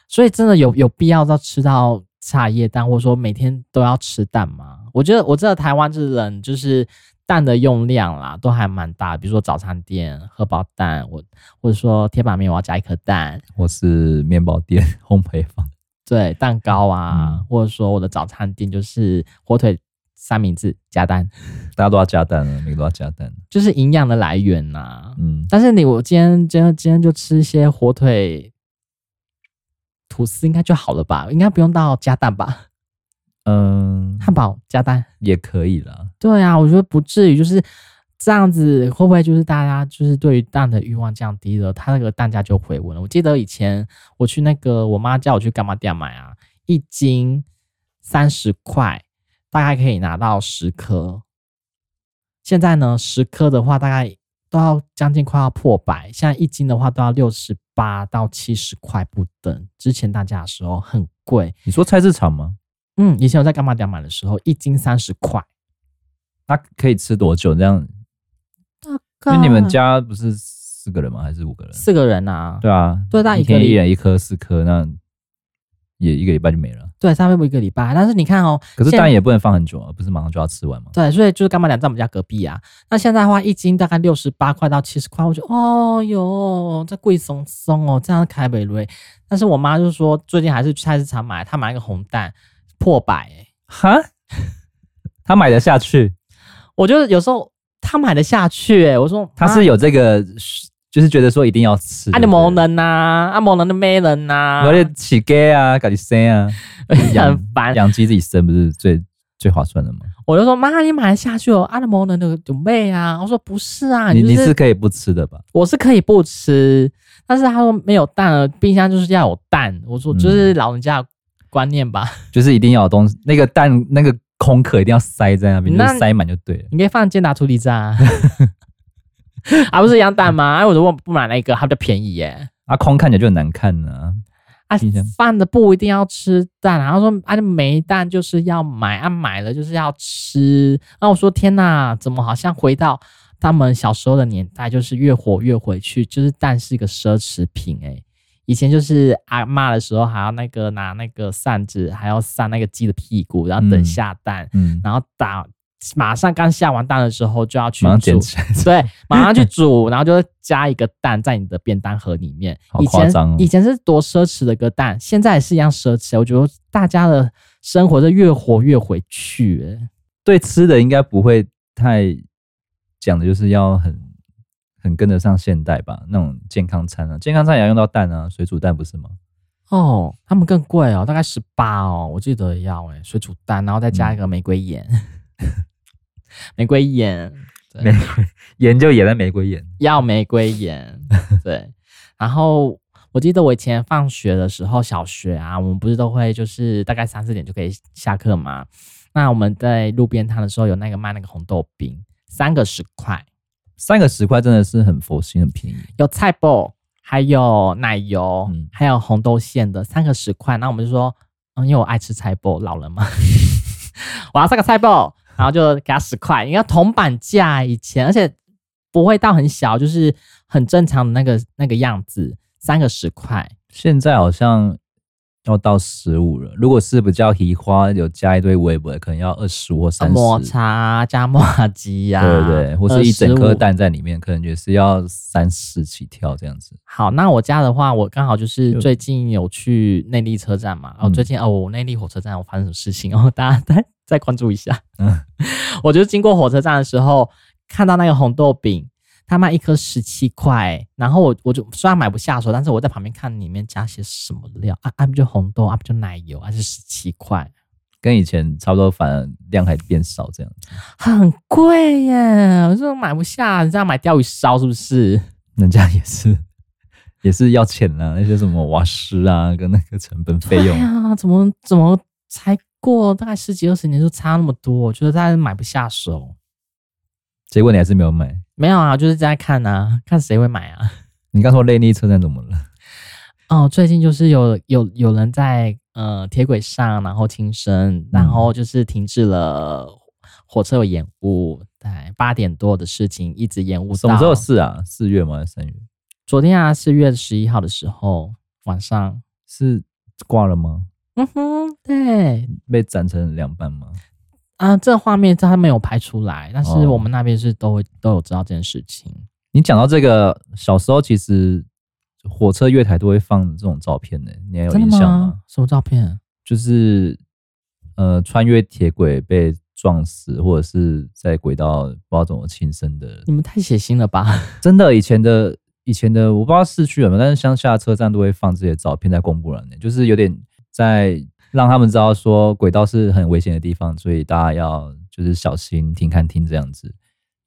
Speaker 2: 所以真的有有必要到吃到茶叶蛋，或者说每天都要吃蛋吗？我觉得我知道台湾这人就是蛋的用量啦，都还蛮大的。比如说早餐店荷包蛋，我或者说铁板面我要加一颗蛋，
Speaker 1: 或是面包店、烘焙坊，
Speaker 2: 对蛋糕啊，
Speaker 1: 嗯
Speaker 2: 或者说我的早餐店就是火腿三明治加蛋，
Speaker 1: 大家都要加蛋了，每个都要加蛋。
Speaker 2: 就是营养的来源呐、
Speaker 1: 嗯，
Speaker 2: 但是你我今天今天今天就吃一些火腿吐司应该就好了吧？应该不用到加蛋吧？
Speaker 1: 嗯，
Speaker 2: 汉堡加蛋。
Speaker 1: 也可以啦。
Speaker 2: 对啊，我觉得不至于就是这样子，会不会就是大家就是对于蛋的欲望降低了，它那个蛋价就回温了？我记得以前我去那个我妈叫我去干妈店买啊，一斤三十块，大概可以拿到十颗。现在呢，十颗的话大概都要将近快要破百，现在一斤的话都要六十八到七十块不等。之前大家的时候很贵，
Speaker 1: 你说菜市场吗？
Speaker 2: 嗯，以前我在干妈店买的时候，一斤三十块。
Speaker 1: 它可以吃多久？这样，因为你
Speaker 2: 啊
Speaker 1: 们家不是四个人吗？还是五个人？
Speaker 2: 四个人啊，
Speaker 1: 对啊，
Speaker 2: 对大概
Speaker 1: 一
Speaker 2: 一个
Speaker 1: 天
Speaker 2: 礼
Speaker 1: 一人一颗，四颗，那也一个礼拜就没了。
Speaker 2: 对，差不多一个礼拜。但是你看哦，
Speaker 1: 可是
Speaker 2: 现
Speaker 1: 蛋也不能放很久啊，不是马上就要吃完吗？
Speaker 2: 对，所以就是干妈两在我们家隔壁啊。那现在的话，一斤大概六十八块到七十块，我觉得哦哟，这贵松松哦，这样开北瑞。但是我妈就说，最近还是去菜市场买，她买一个红蛋破百、欸，
Speaker 1: 哈， [LAUGHS] 他买得下去，
Speaker 2: 我觉得有时候她买得下去、欸，我说
Speaker 1: 他
Speaker 2: 妈
Speaker 1: 是有这个，就是觉得说一定要吃。
Speaker 2: 啊，你啊某人呐、啊，啊某人的没人呐、
Speaker 1: 而且起鸡啊，赶紧生啊，
Speaker 2: [LAUGHS] 很烦。
Speaker 1: 养鸡自己生不是最最划算的吗？
Speaker 2: 我就说妈，你买得下去哦，啊那某人的准备啊。我说不是啊，
Speaker 1: 你
Speaker 2: 就
Speaker 1: 你是可以不吃的吧？
Speaker 2: 我是可以不吃，但是他说没有蛋了，冰箱就是要有蛋。我说
Speaker 1: 嗯
Speaker 2: 就是老人家的观念吧，
Speaker 1: 就是一定要有东西，那个蛋那个空壳一定要塞在那边，就
Speaker 2: 那
Speaker 1: 是塞满就对了。
Speaker 2: 你可以放健达处理站啊， [LAUGHS] 啊不是一样蛋吗？哎、我如果不买那个，它比较便宜耶。
Speaker 1: 啊，空看起来就很难看呢、啊。
Speaker 2: 啊
Speaker 1: 冰箱，
Speaker 2: 饭的不一定要吃蛋啊，然后说啊没蛋就是要买，啊买了就是要吃。然后我说天哪，怎么好像回到他们小时候的年代，就是越活越回去，就是蛋是一个奢侈品哎、以前就是阿嬷的时候，还要那个拿那个扇子，还要扇那个鸡的屁股，然后等
Speaker 1: 嗯
Speaker 2: 下蛋，
Speaker 1: 嗯，
Speaker 2: 然后打马上刚下完蛋的时候就要去
Speaker 1: 马上
Speaker 2: 煮
Speaker 1: 捡，起来。 [LAUGHS]
Speaker 2: 对，马上去煮，然后就加一个蛋在你的便当盒里面。
Speaker 1: [LAUGHS] 好
Speaker 2: 以
Speaker 1: 夸
Speaker 2: 前、
Speaker 1: 张哦
Speaker 2: 以前是多奢侈的一个蛋，现在也是一样奢侈。我觉得大家的生活是越活越回去、欸
Speaker 1: 对吃的应该不会太讲的，就是要很很跟得上现代吧。那种健康餐啊，健康餐也要用到蛋啊，水煮蛋不是吗？
Speaker 2: 哦，他们更贵哦，大概十八哦，我记得要哎、水煮蛋，然后再加一个玫
Speaker 1: [LAUGHS]
Speaker 2: 瑰盐，玫瑰盐，对
Speaker 1: 玫瑰盐就也在玫瑰盐，
Speaker 2: 要玫瑰盐，对。然后我记得我以前放学的时候，小学啊，我们不是都会就是大概三四点就可以下课嘛。那我们在路边摊的时候有那个卖那个红豆冰，三个十块，
Speaker 1: 三个十块真的是很佛心，很便宜。
Speaker 2: 有菜脯，还有奶油，
Speaker 1: 嗯
Speaker 2: 还有红豆馅的，三个十块。那我们就说，嗯，因为我爱吃菜脯，老了嘛， [LAUGHS] 我要三个菜脯，然后就给他十块，因为铜板价以前，而且不会到很小，就是很正常的那个那个样子，三个十块。
Speaker 1: 现在好像要到十五了，如果是比较移花，有加一堆微博，可能要二十五或三
Speaker 2: 抹
Speaker 1: 十。
Speaker 2: 茶加啊抹吉呀、
Speaker 1: 对对，或是一整
Speaker 2: 25
Speaker 1: 颗蛋在里面，可能也是要三四起跳这样子。
Speaker 2: 好，那我家的话，我刚好就是
Speaker 1: 就
Speaker 2: 最近有去内地车站嘛。哦，
Speaker 1: 嗯
Speaker 2: 最近哦，我内地火车站我发生什么事情哦，大家 [LAUGHS] 再再关注一下。
Speaker 1: 嗯
Speaker 2: [LAUGHS] 我就是经过火车站的时候，看到那个红豆饼，他卖一颗十七块，然后我我就虽然买不下手，但是我在旁边看里面加些什么料啊啊，不就红豆啊，不就奶油啊，就十七块，
Speaker 1: 跟以前差不多，反而量还变少这样子。
Speaker 2: 很贵耶，我这种买不下，你这样买鲷鱼烧是不是？
Speaker 1: 人家也是 [LAUGHS] 也是要钱啊，那些什么瓦斯啊，跟那个成本费
Speaker 2: 对
Speaker 1: 用，
Speaker 2: 啊，怎么怎么才过大概十几二十年就差那么多？我觉得大家买不下手。
Speaker 1: 结果你还是没有买。
Speaker 2: 没有啊，就是在看啊，看谁会买啊。
Speaker 1: 你刚说内力车站怎么了？
Speaker 2: [LAUGHS] 哦，最近就是有有有人在呃铁轨上，然后轻生，然后就是停滞了，火车有延误，在八点多的事情一直延误
Speaker 1: 什么时
Speaker 2: 到
Speaker 1: 候是啊？四月吗？还是三月？
Speaker 2: 昨天啊，四月十一号的时候晚上。
Speaker 1: 是挂了吗？
Speaker 2: 嗯哼，对
Speaker 1: 被斩成两半吗？
Speaker 2: 啊、这画面他没有拍出来，但是
Speaker 1: 哦
Speaker 2: 我们那边是都会都有知道这件事情。
Speaker 1: 你讲到这个，小时候其实火车月台都会放这种照片呢、你还有
Speaker 2: 真的
Speaker 1: 印象吗？？
Speaker 2: 什么照片？
Speaker 1: 就是呃，穿越铁轨被撞死，或者是在轨道不知道怎么轻生的，
Speaker 2: 你们太血腥了吧！ [LAUGHS]
Speaker 1: 真的以前的以前的，我不知道市区有没有，但是乡下车站都会放这些照片在公布栏内，就是有点在让他们知道说轨道是很危险的地方，所以大家要就是小心停看停这样子。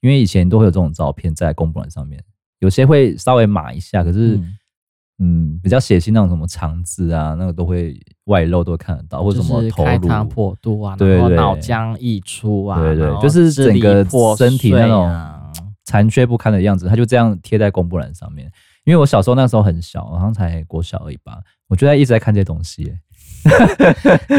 Speaker 1: 因为以前都会有这种照片在公布栏上面，有些会稍微码一下，可是
Speaker 2: 嗯
Speaker 1: 嗯比较血腥那种什么肠子啊，那个都会外露都会看得到，或者
Speaker 2: 就
Speaker 1: 什么
Speaker 2: 是
Speaker 1: 头
Speaker 2: 开
Speaker 1: 颅。
Speaker 2: 膛破肚啊，
Speaker 1: 对
Speaker 2: 然后
Speaker 1: 对
Speaker 2: 脑浆溢出啊，
Speaker 1: 对对
Speaker 2: 然后
Speaker 1: 就是
Speaker 2: 支离
Speaker 1: 整个
Speaker 2: 破
Speaker 1: 身体那种
Speaker 2: 碎啊
Speaker 1: 残缺不堪的样子，他就这样贴在公布栏上面。因为我小时候那时候很小，好像才国小而已吧，我就在一直在看这些东西耶、
Speaker 2: [LAUGHS]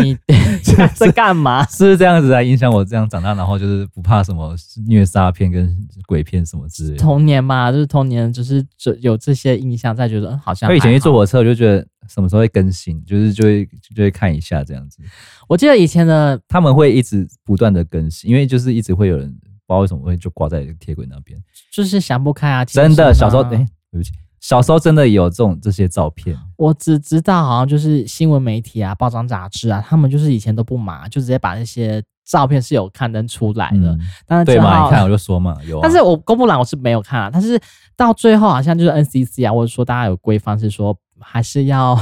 Speaker 2: 你 [LAUGHS] 在
Speaker 1: [LAUGHS]
Speaker 2: 干嘛？
Speaker 1: 是不是这样子来影响我这样长大，然后就是不怕什么虐杀片跟鬼片什么之类的。
Speaker 2: 童年嘛，就是童年，就是这有这些印象在，觉得嗯好像
Speaker 1: 我以前
Speaker 2: 还
Speaker 1: 一
Speaker 2: 好
Speaker 1: 坐火车，我就觉得什么时候会更新，就是就会就会看一下这样子。
Speaker 2: 我记得以前的
Speaker 1: 他们会一直不断的更新，因为就是一直会有人不知道为什么会就挂在铁轨那边。
Speaker 2: 就是想不开啊，其实
Speaker 1: 真的，
Speaker 2: 是
Speaker 1: 小时候
Speaker 2: 吗
Speaker 1: 哎、对不起，小时候真的有这种这些照片。
Speaker 2: 我只知道好像就是新闻媒体啊、报章杂志啊，他们就是以前都不码，就直接把那些照片是有刊登出来的，
Speaker 1: 嗯，
Speaker 2: 但是
Speaker 1: 对
Speaker 2: 正
Speaker 1: 嘛？
Speaker 2: 好
Speaker 1: 你看我就说嘛，有、啊。
Speaker 2: 但是我公布栏我是没有看啊，但是到最后好像就是 NCC 啊，或者说大家有规范是说还
Speaker 1: [LAUGHS]
Speaker 2: 是要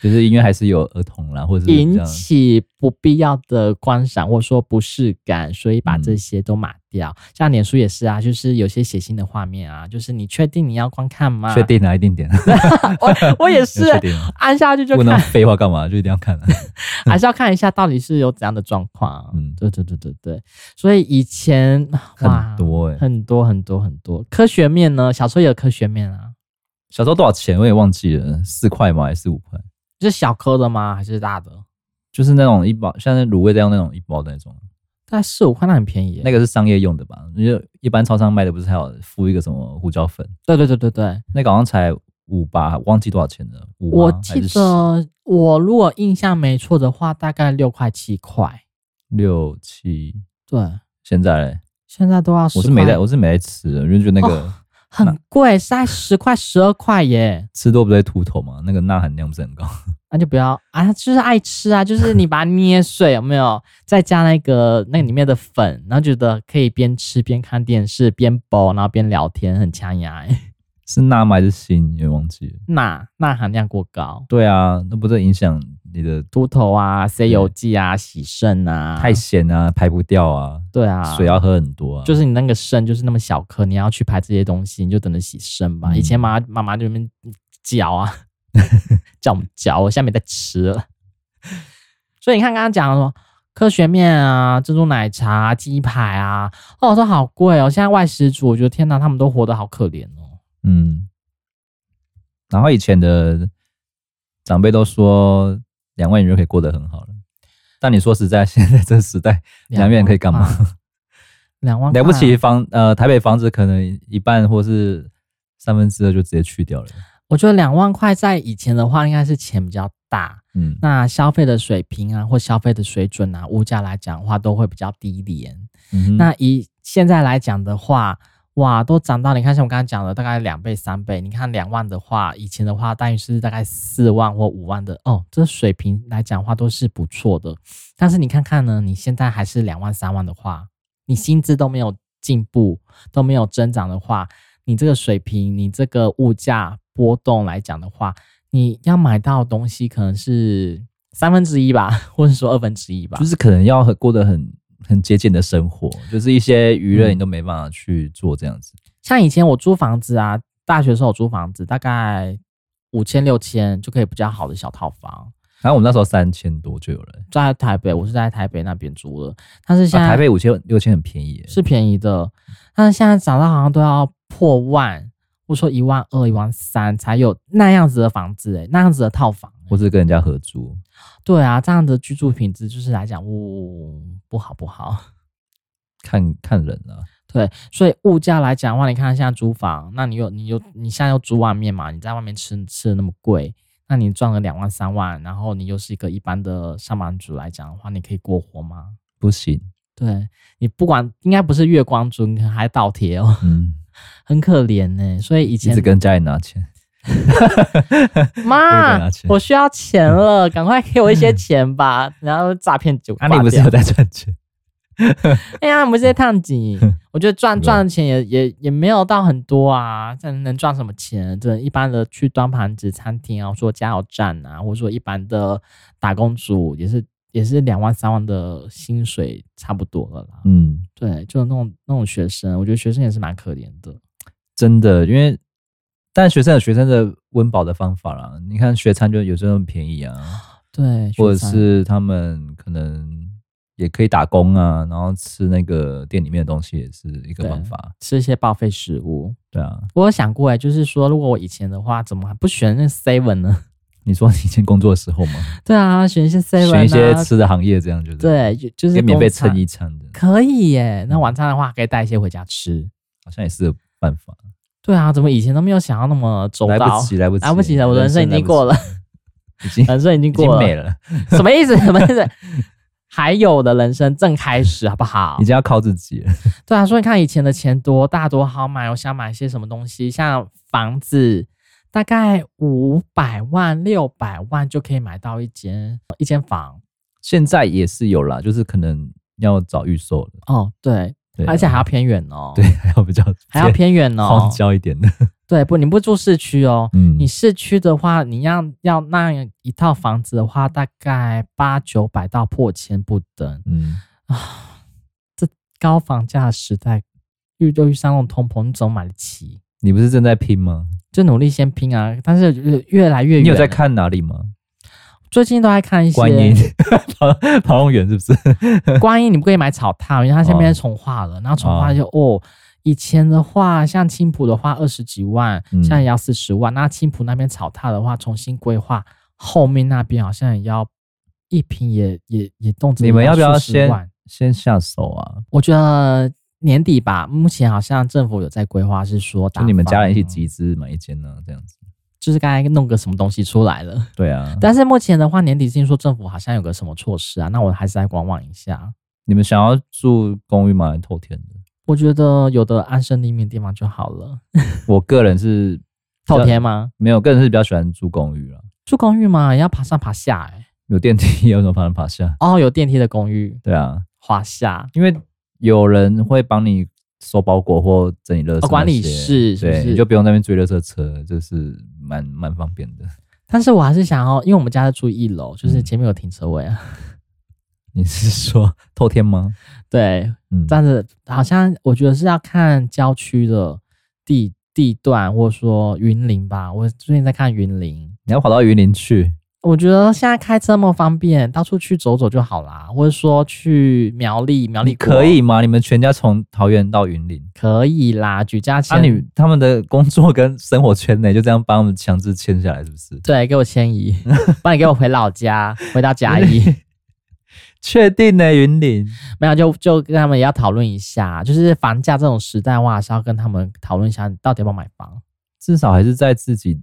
Speaker 1: 就是因为还是有儿童啦，或者是嗯这
Speaker 2: 引
Speaker 1: 样，
Speaker 2: 起不必要的观赏或者说不适感，所以把这
Speaker 1: 嗯
Speaker 2: 些都码掉。像脸书也是啊，就是有些血腥的画面啊，就是你确定你要观看吗？
Speaker 1: 确，定啊，一定点，
Speaker 2: [LAUGHS] 我我
Speaker 1: [LAUGHS]
Speaker 2: 也是
Speaker 1: 确定啊，
Speaker 2: 按下去就
Speaker 1: 不能
Speaker 2: 看，
Speaker 1: 废话干嘛，就一定要看啊。
Speaker 2: [LAUGHS] 还是要看一下到底是有怎样的状况啊。
Speaker 1: 嗯
Speaker 2: 对对对对对，所以以前哇
Speaker 1: 很多哎、
Speaker 2: 很多很多很多科学面呢，小时候也有科学面啊。
Speaker 1: 小时候多少钱我也忘记了，四块吗？还是五块？
Speaker 2: 是小颗的吗？还是大的？
Speaker 1: 就是那种一包，像是卤味这样那种一包的那种，
Speaker 2: 大概四五块，那很便宜耶。
Speaker 1: 那个是商业用的吧？因为一般超商卖的不是还有附一个什么胡椒粉，
Speaker 2: 对对对对对，
Speaker 1: 那个好像才五吧，忘记多少钱了。五吗
Speaker 2: 我
Speaker 1: 还
Speaker 2: 记
Speaker 1: 是十
Speaker 2: 得我如果印象没错的话，大概六块七块。
Speaker 1: 六七，
Speaker 2: 对，
Speaker 1: 现在嘞
Speaker 2: 现在都要十
Speaker 1: 我
Speaker 2: 块，
Speaker 1: 是没在，我是没在吃的，因为觉得那
Speaker 2: 哦
Speaker 1: 个、
Speaker 2: 很贵，是在十块十二块耶。
Speaker 1: 吃多不是会秃头嘛，那个钠含量不是很高。
Speaker 2: 那就不要啊，就是爱吃啊，就是你把它捏碎，有没有？再加那个那个里面的粉，然后觉得可以边吃边看电视，边包，然后边聊天，很强牙耶。
Speaker 1: 是钠吗还是锌？也忘记了。
Speaker 2: [LAUGHS] 钠钠含量过高，
Speaker 1: 对啊，那不是影响你的
Speaker 2: 秃头啊、C 油剂啊、洗肾啊，
Speaker 1: 太咸啊，排不掉啊，
Speaker 2: 对啊，
Speaker 1: 水要喝很多啊。
Speaker 2: 就是你那个肾就是那么小颗，你要去排这些东西，你就等着洗肾吧。
Speaker 1: 嗯
Speaker 2: 以前妈妈妈就在那边嚼啊， [LAUGHS] 叫我们嚼，我现在没在吃了。所以你看刚刚讲的什么科学面啊、珍珠奶茶啊、鸡排啊，哦，都好贵哦。现在外食族，我觉得天哪，他们都活得好可怜哦。
Speaker 1: 嗯，然后以前的长辈都说两万元就可以过得很好了，但你说实在， [LAUGHS] 现在这个时代两万元可以干
Speaker 2: 啊
Speaker 1: 嘛？
Speaker 2: 两万块？两万块
Speaker 1: 了不起房呃，台北房子可能一半或是三分之二就直接去掉了。
Speaker 2: 我觉得两万块在以前的话，应该是钱比较大，
Speaker 1: 嗯，
Speaker 2: 那消费的水平啊，或消费的水准啊，物价来讲的话，都会比较低廉。
Speaker 1: 嗯哼
Speaker 2: 那以现在来讲的话，哇，都涨到你看，像我刚刚讲的，大概两倍、三倍。你看两万的话，以前的话大约是大概四万或五万的哦，这水平来讲的话都是不错的。但是你看看呢，你现在还是两万、三万的话，你薪资都没有进步，都没有增长的话，你这个水平，你这个物价波动来讲的话，你要买到的东西可能是三分之一吧，或者说二分之一吧
Speaker 1: 就。是可能要很过得很很接近的生活，就是一些娱乐
Speaker 2: 嗯
Speaker 1: 你都没办法去做这样子。
Speaker 2: 像以前我租房子啊，大学时候我租房子，大概五千六千就可以比较好的小套房，
Speaker 1: 然后我们那时候三千多就有了，
Speaker 2: 在台北，我是在台北那边租的，但是现在、
Speaker 1: 啊、台北五千六千很便宜耶，
Speaker 2: 是便宜的，但是现在涨到好像都要破万，或者说一万二、一万三才有那样子的房子、欸，那样子的套房、
Speaker 1: 或是跟人家合租。
Speaker 2: 对啊，这样的居住品质就是来讲，呜、不好不好。
Speaker 1: 看看人啊，
Speaker 2: 对，所以物价来讲的话，你看现在租房，那你有你有你现在又租外面嘛？你在外面吃吃的那么贵，那你赚了两万三万，然后你又是一个一般的上班族来讲的话，你可以过活吗？
Speaker 1: 不行，
Speaker 2: 对你不管应该不是月光族，你还倒贴哦，
Speaker 1: 嗯，
Speaker 2: 很可怜呢、所以以
Speaker 1: 一
Speaker 2: 前
Speaker 1: 直跟家里拿钱，一直
Speaker 2: 妈
Speaker 1: 拿，钱
Speaker 2: 我需要钱了，赶快给我一些钱 [LAUGHS] 吧，然后诈骗就
Speaker 1: 啊，
Speaker 2: 挂
Speaker 1: 你不是
Speaker 2: 掉
Speaker 1: 有在赚钱？
Speaker 2: 哎呀，我们这些烫
Speaker 1: [LAUGHS]
Speaker 2: 金，我觉得赚
Speaker 1: 对
Speaker 2: 赚的钱也也也没有到很多啊，这能赚什么钱？这一般的去端盘子餐厅啊，或者说加油站啊，或者说一般的打工族，也是也是两万三万的薪水差不多了啦。
Speaker 1: 嗯，
Speaker 2: 对，就那种那种学生，我觉得学生也是蛮可怜的。
Speaker 1: 真的，因为但学生有学生的温饱的方法啦，你看学餐就有时候很便宜
Speaker 2: [SIGHS]
Speaker 1: 啊，
Speaker 2: 对，
Speaker 1: 或者
Speaker 2: 学生
Speaker 1: 是他们可能也可以打工啊，然后吃那个店里面的东西也是一个
Speaker 2: 对
Speaker 1: 方法，
Speaker 2: 吃一些报废食物。
Speaker 1: 对啊。
Speaker 2: 我有想过哎、就是说，如果我以前的话，怎么还不选那 seven 呢？ [LAUGHS]
Speaker 1: 你说你以前工作的时候吗？
Speaker 2: 对啊，选一些 seven
Speaker 1: 选
Speaker 2: 啊，
Speaker 1: 一些吃的行业，这样就是
Speaker 2: 对，，就就
Speaker 1: 可
Speaker 2: 是
Speaker 1: 以免费
Speaker 2: 工厂啊
Speaker 1: 蹭一餐的，
Speaker 2: 可以耶，那晚餐的话可以带一些回家吃。
Speaker 1: 好像也是个办法。
Speaker 2: 对啊，怎么以前都没有想要那么周
Speaker 1: 来
Speaker 2: 到
Speaker 1: 不？及，来不及，
Speaker 2: 来不及了，我人生已经过了，
Speaker 1: [LAUGHS] 已经
Speaker 2: 人生已经
Speaker 1: 已经
Speaker 2: 过了，
Speaker 1: 没了，
Speaker 2: 什么意思？ [LAUGHS] 什么意思？还有我的人生正开始，好不好
Speaker 1: 已？经要靠自己了。
Speaker 2: 对啊，所以你看以前的钱多大多好买，我想买些什么东西，像房子，大概五百万、六百万就可以买到一间一间房。
Speaker 1: 现在也是有啦，就是可能要找预售了，
Speaker 2: 哦，对，
Speaker 1: 对啊，
Speaker 2: 而且还要偏远哦，
Speaker 1: 对，，还要比较
Speaker 2: 还要偏远哦
Speaker 1: 荒，郊一
Speaker 2: [LAUGHS]
Speaker 1: 点的，
Speaker 2: 对，不，你不住市区哦，
Speaker 1: 嗯，
Speaker 2: 你市区的话，你要要那样一套房子的话，大概八九百到破千不等。
Speaker 1: 嗯，
Speaker 2: 高房价的时代，遇就遇上那种通膨，你怎么买得起？
Speaker 1: 你不是正在拼吗？
Speaker 2: 就努力先拼啊！但是越越来越远。
Speaker 1: 你有在？看哪里吗？
Speaker 2: 最近都在看一些
Speaker 1: 观音 [LAUGHS] 跑跑那么远是不是？ [LAUGHS]
Speaker 2: 观音你不可以买草套，因为它现在变成重化了。然后重化就哦，以前的话，像青浦的话二十几万，
Speaker 1: 嗯
Speaker 2: 现在也要四十万。那青浦那边草套的话，重新规划，后面那边好像也要一平也也也动辄
Speaker 1: [LAUGHS] 你们要不要
Speaker 2: 数十
Speaker 1: 先
Speaker 2: 万
Speaker 1: 先下手啊？
Speaker 2: 我觉得年底吧，目前好像政府有在规划，是说打
Speaker 1: 就你们家人一起
Speaker 2: 房，
Speaker 1: 集资买一间呢，这样子。
Speaker 2: 就是该弄个什么东西出来了。
Speaker 1: 对啊，
Speaker 2: 但是目前的话，年底听说政府好像有个什么措施啊，那我还是来观望一下。
Speaker 1: 你们想要住公寓吗？还是透天的？
Speaker 2: 我觉得有的安身立命的地方就好了。
Speaker 1: 我个人是
Speaker 2: 透天吗？
Speaker 1: 没有，个人是比较喜欢住公寓啦，
Speaker 2: 啊住公寓吗？也要爬上爬下哎、
Speaker 1: 有电梯，有什么爬上爬下。
Speaker 2: 哦，有电梯的公寓，
Speaker 1: 啊对啊，
Speaker 2: 华夏。
Speaker 1: 因为有人会帮你收包裹或整理垃圾那些、
Speaker 2: 哦管理室是不
Speaker 1: 对，
Speaker 2: 是
Speaker 1: 你就不用在那边追垃圾车，就是蛮蛮方便的。
Speaker 2: 但是我还是想要，因为我们家是住一楼，就是
Speaker 1: 嗯
Speaker 2: 前面有停车位啊。 [LAUGHS]
Speaker 1: 你是说透天吗？
Speaker 2: 对，
Speaker 1: 嗯，
Speaker 2: 但是好像我觉得是要看郊区的地地段，或者说云林吧。我最近在看云林，
Speaker 1: 你要跑到云林去，
Speaker 2: 我觉得现在开车那么方便，到处去走走就好啦，或者说去苗栗，苗栗
Speaker 1: 你
Speaker 2: 国
Speaker 1: 可以吗？你们全家从桃园到云林，
Speaker 2: 可以啦，举家
Speaker 1: 啊
Speaker 2: 迁，
Speaker 1: 你他们的工作跟生活圈内就这样帮他们强制签下来，是不是？
Speaker 2: 对，给我
Speaker 1: [LAUGHS]
Speaker 2: 迁移，不然你给我回老家，回到甲乙。
Speaker 1: 确定呢、云林
Speaker 2: 没有，就就跟他们也要讨论一下，就是房价这种时代，我还是要跟他们讨论一下，你到底要不要买房。
Speaker 1: 至少还是在自己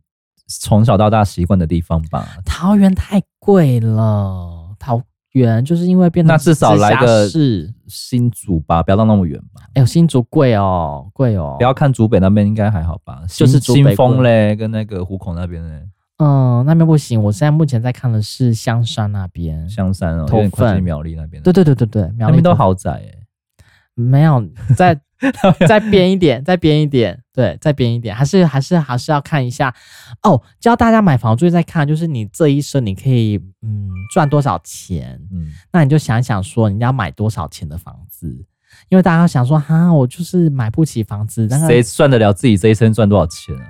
Speaker 1: 从小到大习惯的地方吧。
Speaker 2: 桃园太贵了，桃园就是因为变成
Speaker 1: 那至少来个
Speaker 2: 是，
Speaker 1: 新竹吧，不要到那么远吧。
Speaker 2: 哎呦，新竹贵哦，贵哦，
Speaker 1: 不要看竹北那边应该还好吧，
Speaker 2: 就
Speaker 1: 新
Speaker 2: 是竹北
Speaker 1: 新丰
Speaker 2: 过
Speaker 1: 嘞，跟那个湖口那边嘞，
Speaker 2: 嗯，那边不行。我现在目前在看的是香山那边，
Speaker 1: 香山哦，有
Speaker 2: 头
Speaker 1: 点靠
Speaker 2: 份
Speaker 1: 近苗栗那边了。
Speaker 2: 对对对对对，
Speaker 1: 那
Speaker 2: 苗栗
Speaker 1: 边都
Speaker 2: 头，
Speaker 1: 豪宅
Speaker 2: [LAUGHS]
Speaker 1: 哎、
Speaker 2: 没有再 [LAUGHS] 再编一点，再编一点，对，再编一点，还是还是还是要看一下哦。教大家买房最在看就是你这一生你可以嗯赚多少钱，
Speaker 1: 嗯，
Speaker 2: 那你就想一想说你要买多少钱的房子，因为大家想说哈，我就是买不起房子，那
Speaker 1: 谁
Speaker 2: 个
Speaker 1: 算得了自己这一生赚多少钱啊？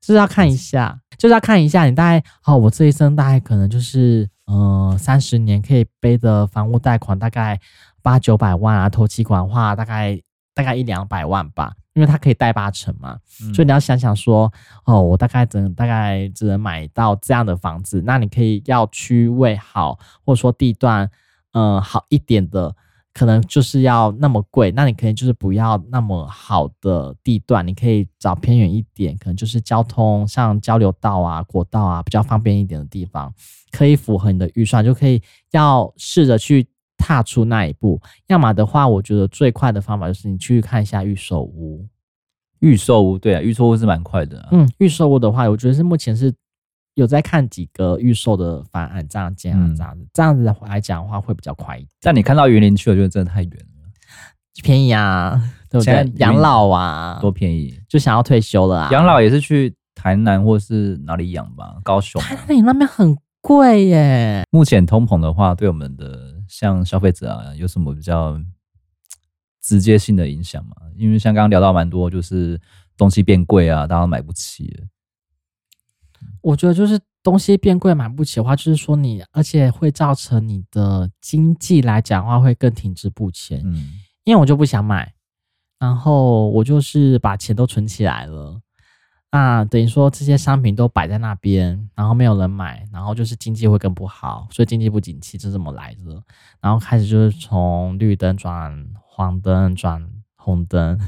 Speaker 2: 就是要看一下，就是要看一下你大概哦，我这一生大概可能就是嗯三十年可以背的房屋贷款大概八九百万啊，头期款的话大概大概一两百万吧，因为它可以贷八成嘛，
Speaker 1: 嗯
Speaker 2: 所以你要想想说哦，我大概只能大概只能买到这样的房子，那你可以要区位好，或者说地段嗯、呃好一点的。可能就是要那么贵，那你可以就是不要那么好的地段，你可以找偏远一点，可能就是交通像交流道啊、国道啊比较方便一点的地方，可以符合你的预算，就可以要试着去踏出那一步。要么的话，我觉得最快的方法就是你去看一下预售屋。
Speaker 1: 预售屋对啊，预售屋是蛮快的、啊。
Speaker 2: 嗯，预售屋的话，我觉得是目前是有在看几个预售的方案，这样这样
Speaker 1: 嗯
Speaker 2: 这样子，这样子来讲的话会比较快一点，
Speaker 1: 但你看到云林去，我觉得真的太远了，
Speaker 2: 便宜 [LAUGHS] 啊，对不
Speaker 1: 现在
Speaker 2: 对？养老啊，
Speaker 1: 多便宜。
Speaker 2: 就想要退休了啊。
Speaker 1: 养老也是去台南或是哪里养吧，高雄啊、
Speaker 2: 台南你那边很贵耶，
Speaker 1: 目前通膨的话，对我们的像消费者啊，有什么比较嘖直接性的影响吗？因为像刚刚聊到蛮多，就是东西变贵啊，大家都买不起了。
Speaker 2: 我觉得就是东西变贵买不起的话，就是说你，而且会造成你的经济来讲的话会更停滞不前，
Speaker 1: 嗯，
Speaker 2: 因为我就不想买，然后我就是把钱都存起来了。那等于说这些商品都摆在那边，然后没有人买，然后就是经济会更不好，所以经济不景气就这么来的。然后开始就是从绿灯转黄灯转红灯，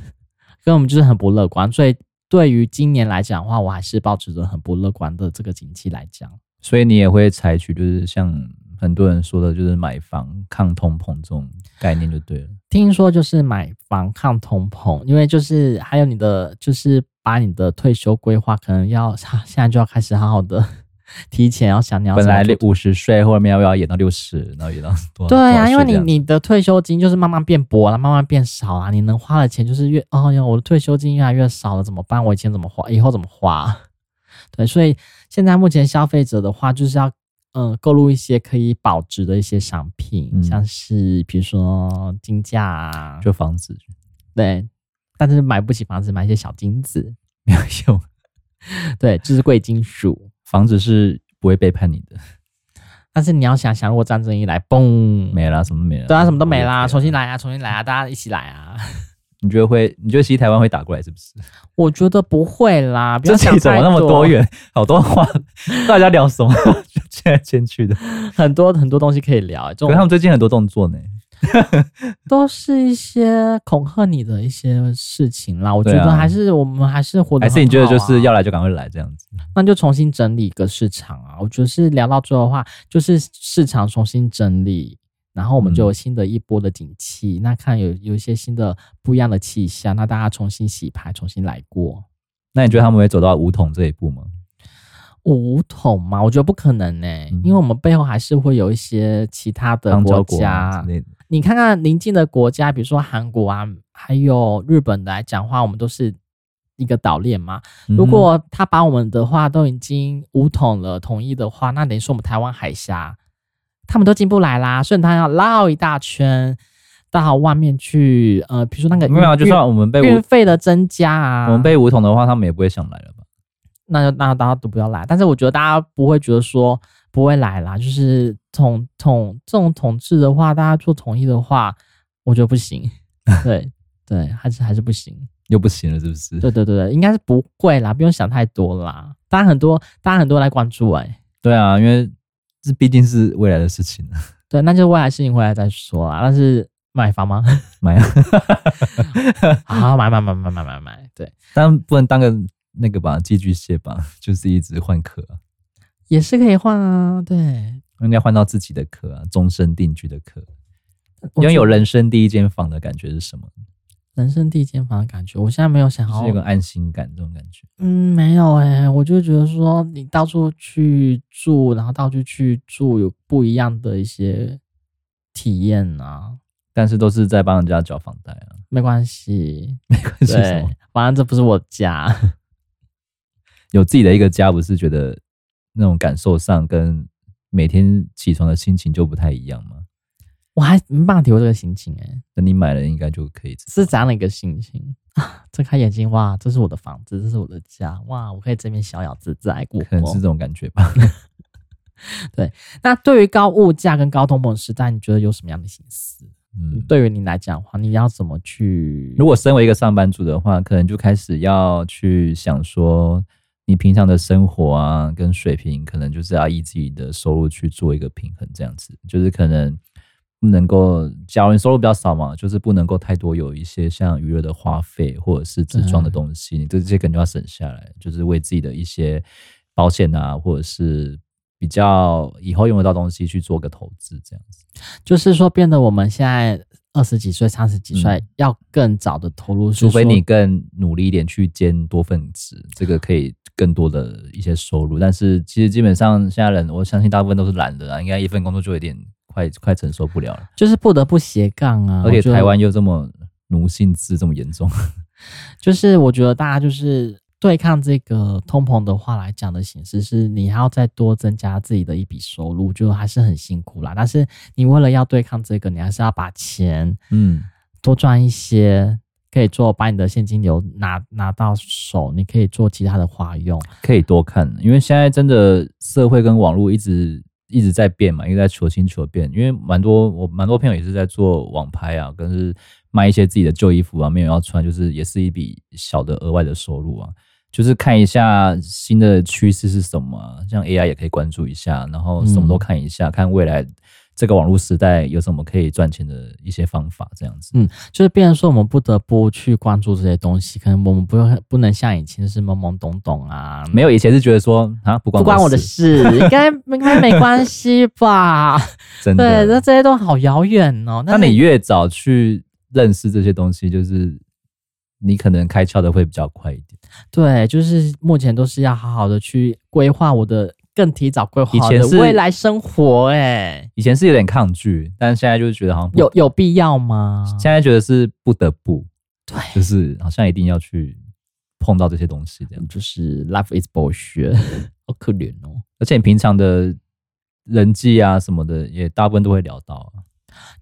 Speaker 2: 跟我们就是很不乐观。所以对于今年来讲的话，我还是保持着很不乐观的这个景气来讲。
Speaker 1: 所以你也会采取就是像很多人说的，就是买房抗通膨这种概念就对了。
Speaker 2: 听说就是买房抗通膨，因为就是还有你的，就是把你的退休规划可能要现在就要开始好好的 [LAUGHS] 提前要想你要
Speaker 1: 本来
Speaker 2: 怎么做
Speaker 1: 五十岁，后面要不要演到六十，然后演到多少？
Speaker 2: 对
Speaker 1: 多
Speaker 2: 啊，
Speaker 1: 少
Speaker 2: 因为
Speaker 1: 岁这
Speaker 2: 你
Speaker 1: 样
Speaker 2: 你的退休金就是慢慢变薄了，慢慢变少啊，你能花的钱就是越哦哟，我的退休金越来越少了，怎么办？我以前怎么花，以后怎么花？ [LAUGHS] 对，所以现在目前消费者的话，就是要嗯购入一些可以保值的一些商品，
Speaker 1: 嗯
Speaker 2: 像是比如说金价啊，
Speaker 1: 就房子
Speaker 2: 对，但是买不起房子，买一些小金子，
Speaker 1: 没有用，
Speaker 2: 对，就是贵金属。
Speaker 1: 房子是不会背叛你的，
Speaker 2: 但是你要想想，如果战争一来，嘣，
Speaker 1: 没啦，什么都没了，
Speaker 2: 嗯对啊，什么都没啦，
Speaker 1: 我也
Speaker 2: 重新来啊，重新来啊，大家一起来
Speaker 1: [LAUGHS]
Speaker 2: 啊。
Speaker 1: 你觉得会？你觉得其实台湾会打过来是不是？
Speaker 2: 我觉得不会啦，不
Speaker 1: 这
Speaker 2: 要
Speaker 1: 期
Speaker 2: 想
Speaker 1: 怎么那么多
Speaker 2: 多，
Speaker 1: 元？ [LAUGHS] 好多
Speaker 2: [LAUGHS]
Speaker 1: 话，大家聊什么？就迁来迁去的。
Speaker 2: 很多很多东西可以聊、这
Speaker 1: 可是他
Speaker 2: 种
Speaker 1: 们最近很多动作呢。
Speaker 2: 都是一些恐吓你的一些事情啦。我觉
Speaker 1: 对啊
Speaker 2: 得还是、我们还是活得、啊
Speaker 1: 还是你觉得就是要，来就赶快来这样子？
Speaker 2: 那就重新整理一个市场啊。我觉得是聊到最后的话，就是市场重新整理，然后我们就
Speaker 1: 嗯
Speaker 2: 有新的一波的景气。那看有有一些新的不一样的气象，那大家重新洗牌，重新来过。
Speaker 1: 那你觉得他们会走到五统这一步吗？
Speaker 2: 五统嘛，我觉得不可能呢、
Speaker 1: 嗯
Speaker 2: 因为我们背后还是会有一些其他的
Speaker 1: 邦交
Speaker 2: 国
Speaker 1: 国
Speaker 2: 家
Speaker 1: 啊之类的，
Speaker 2: 你看看邻近的国家，比如说韩国啊，还有日本来讲话，我们都是一个岛链嘛。
Speaker 1: 嗯
Speaker 2: 如果他把我们的话都已经武统了、统一的话，那等于说我们台湾海峡他们都进不来啦，所以他要绕一大圈到外面去。呃，比如说那个
Speaker 1: 没有啊，
Speaker 2: 运
Speaker 1: 就算我们被
Speaker 2: 运
Speaker 1: 五
Speaker 2: 运费的增加啊，
Speaker 1: 我们被五统的话，他们也不会想来了吧？
Speaker 2: 那就那大家都不要来。但是我觉得大家不会觉得说不会来啦，就是统统这种统治的话，大家做统一的话，我觉得
Speaker 1: [LAUGHS]
Speaker 2: 不行。对对，还是还是不行。
Speaker 1: 又不行了，是不是？
Speaker 2: 对对对对，应该是不会啦，不用想太多啦。当然很多，当然很多人来关注哎、
Speaker 1: 对啊，因为这毕竟是未来的事情，啊
Speaker 2: 对，那就未来事情回来再说啦。但是买房吗？ [LAUGHS]
Speaker 1: 买啊， [LAUGHS]
Speaker 2: 好好买买买买买买买，对。
Speaker 1: 但不能当个那个吧，寄居蟹吧， [LAUGHS] 就是一直换壳啊、
Speaker 2: 也是可以换啊，对，
Speaker 1: 应该换到自己的壳啊，终身定居的壳，
Speaker 2: 我
Speaker 1: 拥有
Speaker 2: 觉得
Speaker 1: 人生第一间房的感觉是什么？
Speaker 2: 人生地间房的感觉。我现在没有想
Speaker 1: 就是
Speaker 2: 要
Speaker 1: 有，个安心感，这种感觉。
Speaker 2: 嗯，没有哎、我就觉得说你到处去住，然后到处去住，有不一样的一些体验啊，
Speaker 1: 但是都是在帮人家缴房贷啊， [LAUGHS]
Speaker 2: 没关系，
Speaker 1: 没关系什
Speaker 2: 对
Speaker 1: 么，，
Speaker 2: 反正这不是我家， [LAUGHS]
Speaker 1: 有自己的一个家，不是觉得那种感受上跟每天起床的心情就不太一样吗？
Speaker 2: 我还没办法体会这个心情哎、
Speaker 1: 等你买了，应该就可以知道。
Speaker 2: 是怎样的一个心情啊？ [LAUGHS] 睁开眼睛，哇，这是我的房子，这是我的家，哇，我可以这边逍遥自在过
Speaker 1: 可能
Speaker 2: 活
Speaker 1: 是这种感觉吧。 [LAUGHS]
Speaker 2: 那对于高物价跟高通膨的时代，你觉得有什么样的心思？
Speaker 1: 嗯，
Speaker 2: 对于你来讲的话，你要怎么去？
Speaker 1: 如果身为一个上班族的话，可能就开始要去想说，你平常的生活啊，跟水平，可能就是要依自己的收入去做一个平衡，这样子，就是可能不能够，假如你收入比较少嘛，就是不能够太多有一些像娱乐的花费或者是自装的东西，你这些可能就要省下来，就是为自己的一些保险啊，或者是比较以后用得到东西去做个投资，这样子。
Speaker 2: 就是说，变得我们现在二十几岁、三十几岁，
Speaker 1: 嗯
Speaker 2: 要更早的投入，
Speaker 1: 除非你更努力一点去兼多份职，这个可以更多的一些收入。但是其实基本上现在人，我相信大部分都是懒的啊，应该一份工作就有点快快承受不了了。
Speaker 2: 就是不得不斜杠啊。
Speaker 1: 而且
Speaker 2: 我觉得
Speaker 1: 台湾又这么奴性制这么严重，
Speaker 2: 就是我觉得大家就是对抗这个通膨的话来讲的形式是，你还要再多增加自己的一笔收入，就还是很辛苦啦。但是你为了要对抗这个，你还是要把钱
Speaker 1: 嗯，
Speaker 2: 多赚一些，可以做把你的现金流拿拿到手，你可以做其他的花用。
Speaker 1: 可以多看，因为现在真的社会跟网络一直一直在变嘛，一直在求新求变。因为蛮多我蛮多朋友也是在做网拍啊，跟是卖一些自己的旧衣服啊，没有要穿，就是也是一笔小的额外的收入啊。就是看一下新的趋势是什么啊，像 AI 也可以关注一下，然后什么都
Speaker 2: 嗯
Speaker 1: 看一下，看未来这个网络时代有什么可以赚钱的一些方法，这样子。
Speaker 2: 嗯就是变成说，我们不得不去关注这些东西，可能我们不用不能像以前是懵懵懂懂啊，
Speaker 1: 没有以前是觉得说啊，不
Speaker 2: 不
Speaker 1: 关
Speaker 2: 关我的
Speaker 1: 事，
Speaker 2: 事，应该应该没关系
Speaker 1: [LAUGHS]
Speaker 2: 吧？
Speaker 1: 真的
Speaker 2: 对，那这些都好遥远哦。
Speaker 1: 那你越早去认识这些东西，就是你可能开窍的会比较快一点。
Speaker 2: 对，就是目前都是要好好的去规划我的，更提早规划
Speaker 1: 以
Speaker 2: 我
Speaker 1: 前
Speaker 2: 的
Speaker 1: 是
Speaker 2: 未来生活、哎，
Speaker 1: 以前是有点抗拒，但是现在就是觉得好像不
Speaker 2: 有，有必要吗？
Speaker 1: 现在觉得是不得不，
Speaker 2: 对，
Speaker 1: 就是好像一定要去碰到这些东西这样。
Speaker 2: 就是 life is
Speaker 1: [LAUGHS]
Speaker 2: bullshit，好可怜哦。
Speaker 1: 而且你平常的人际啊什么的，也大部分都会聊到、啊，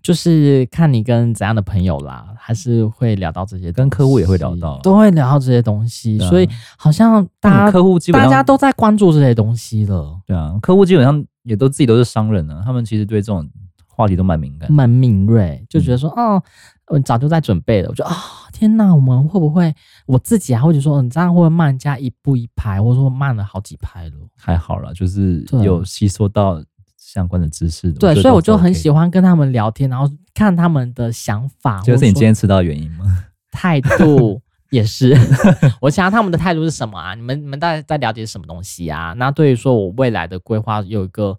Speaker 2: 就是看你跟怎样的朋友啦，还是会聊到这些东西，
Speaker 1: 跟客户也会聊到啊
Speaker 2: 都会聊到这些东西，
Speaker 1: 对啊
Speaker 2: 所以好像
Speaker 1: 我
Speaker 2: 大
Speaker 1: 们
Speaker 2: 家
Speaker 1: 客户基本
Speaker 2: 大
Speaker 1: 上
Speaker 2: 家都在关注这些东西了，
Speaker 1: 对啊，客户基本上也都自己都是商人啊，他们其实对这种话题都蛮敏感的。
Speaker 2: 蛮敏锐，就觉得说、哦，我早就在准备了，我就啊、天哪，我们会不会我自己啊，或者说你这样会不会慢人家一步一拍，或者说慢了好几拍了？
Speaker 1: 还好啦，就是
Speaker 2: 对啊
Speaker 1: 有吸收到相关的知识。
Speaker 2: 对，
Speaker 1: 觉得
Speaker 2: 所以
Speaker 1: 都
Speaker 2: 我
Speaker 1: 是
Speaker 2: 就很
Speaker 1: OK 的
Speaker 2: 喜欢跟他们聊天，然后看他们的想法，
Speaker 1: 就是
Speaker 2: 或者
Speaker 1: 你
Speaker 2: 说
Speaker 1: 今天迟到的原因
Speaker 2: [LAUGHS]
Speaker 1: 吗？
Speaker 2: 态度也是， [LAUGHS] 我想要他们的态度是什么啊？你们你们大概在了解什么东西啊？那对于说我未来的规划有一个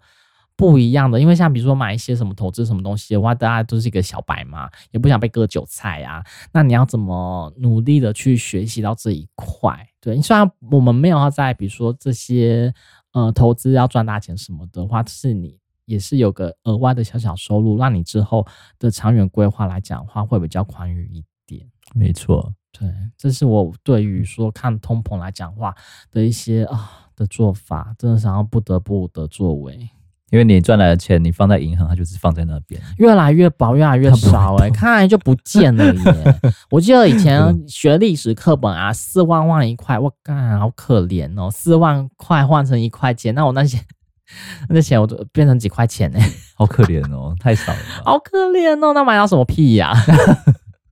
Speaker 2: 不一样的，因为像比如说买一些什么投资什么东西的话，大家都是一个小白嘛，也不想被割韭菜啊。那你要怎么努力的去学习到这一块？对，虽然我们没有要在比如说这些呃投资要赚大钱什么的话，是你。也是有个额外的小小收入，让你之后的长远规划来讲的话，会比较宽裕一点。
Speaker 1: 没错，
Speaker 2: 对，这是我对于说看通膨来讲话的一些啊的做法，真的想要不得不的作为。
Speaker 1: 因为你赚来的钱，你放在银行，它就是放在那
Speaker 2: [LAUGHS]
Speaker 1: 边。
Speaker 2: 越来越薄，越来越少、欸，哎，看来就不见了耶。我记得以前学历史课本啊，四万换一块，我干，好可怜哦，四万块换成一块钱，那我那些 [LAUGHS] 那钱我都变成几块钱呢、
Speaker 1: 好可怜哦，太少了吧。
Speaker 2: 好可怜哦，那买到什么屁呀、 [LAUGHS]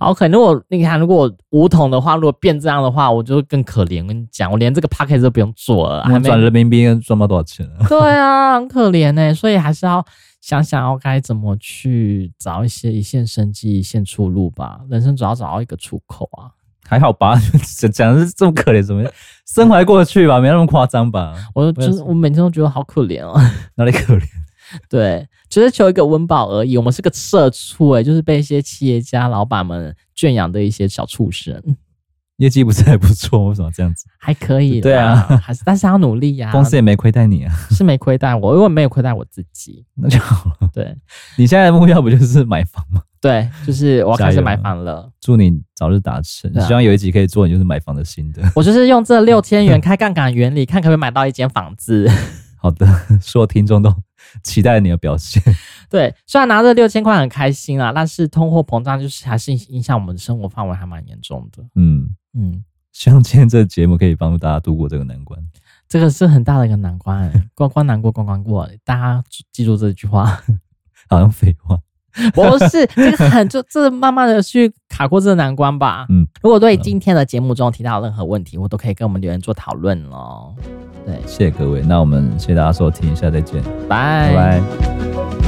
Speaker 2: 好可怜！如果你看，如果我五桶的话，如果变这样的话，我就更可怜。我跟你讲，我连这个 p a c k a g e 都不用做了，还
Speaker 1: 那
Speaker 2: 没
Speaker 1: 赚人民币赚不到多少钱啊？
Speaker 2: [LAUGHS] 对啊，很可怜呢、所以还是要想想要该怎么去找一些一线生机、一线出路吧。人生总要找到一个出口啊。
Speaker 1: 还好吧，讲讲的是这么可怜，怎么生活还过得去吧？没那么夸张吧？
Speaker 2: 我
Speaker 1: 我也
Speaker 2: 就是是我每天都觉得好可怜哦。 [LAUGHS]
Speaker 1: 哪里可怜？
Speaker 2: 对，只是求一个温饱而已。我们是个社畜诶、就是被一些企业家、老板们圈养的一些小畜生，
Speaker 1: 业绩不是还不错，为什么这样子？
Speaker 2: 还可以啦。
Speaker 1: 对啊，
Speaker 2: 还是但是要努力呀、
Speaker 1: 公司也没亏待你啊，
Speaker 2: 是没亏待我，因为没有亏待我自己。
Speaker 1: 那就好了。
Speaker 2: 对
Speaker 1: 你现在的目标不就是买房吗？
Speaker 2: 对，就是我要开始
Speaker 1: 加油
Speaker 2: 买房了。
Speaker 1: 祝你早日达成
Speaker 2: 对，啊
Speaker 1: 希望有一集可以做你就是买房的心得。
Speaker 2: 我就是用这六千元开杠杆原理，看可不可以买到一间房子。 [LAUGHS]
Speaker 1: 好的， [LAUGHS] 所有听众都期待你的表现。
Speaker 2: 对，虽然拿着六千块很开心啦，但是通货膨胀就是还是影响我们的生活范围还蛮严重的。
Speaker 1: 嗯，
Speaker 2: 嗯，
Speaker 1: 希望今天这个节目可以帮助大家度过这个难关。
Speaker 2: 这个是很大的一个难关，
Speaker 1: [LAUGHS]
Speaker 2: 关关难过关关过，大家记记住这句话。
Speaker 1: 好像废话，
Speaker 2: 不是这个很就 [LAUGHS] 这慢慢的去卡过这个难关吧。
Speaker 1: 嗯，
Speaker 2: 如果对今天的节目中提到任何问题，我都可以跟我们留言做讨论哦。对，
Speaker 1: 谢谢各位，那我们谢谢大家收听，下次再见，
Speaker 2: 拜
Speaker 1: 拜拜。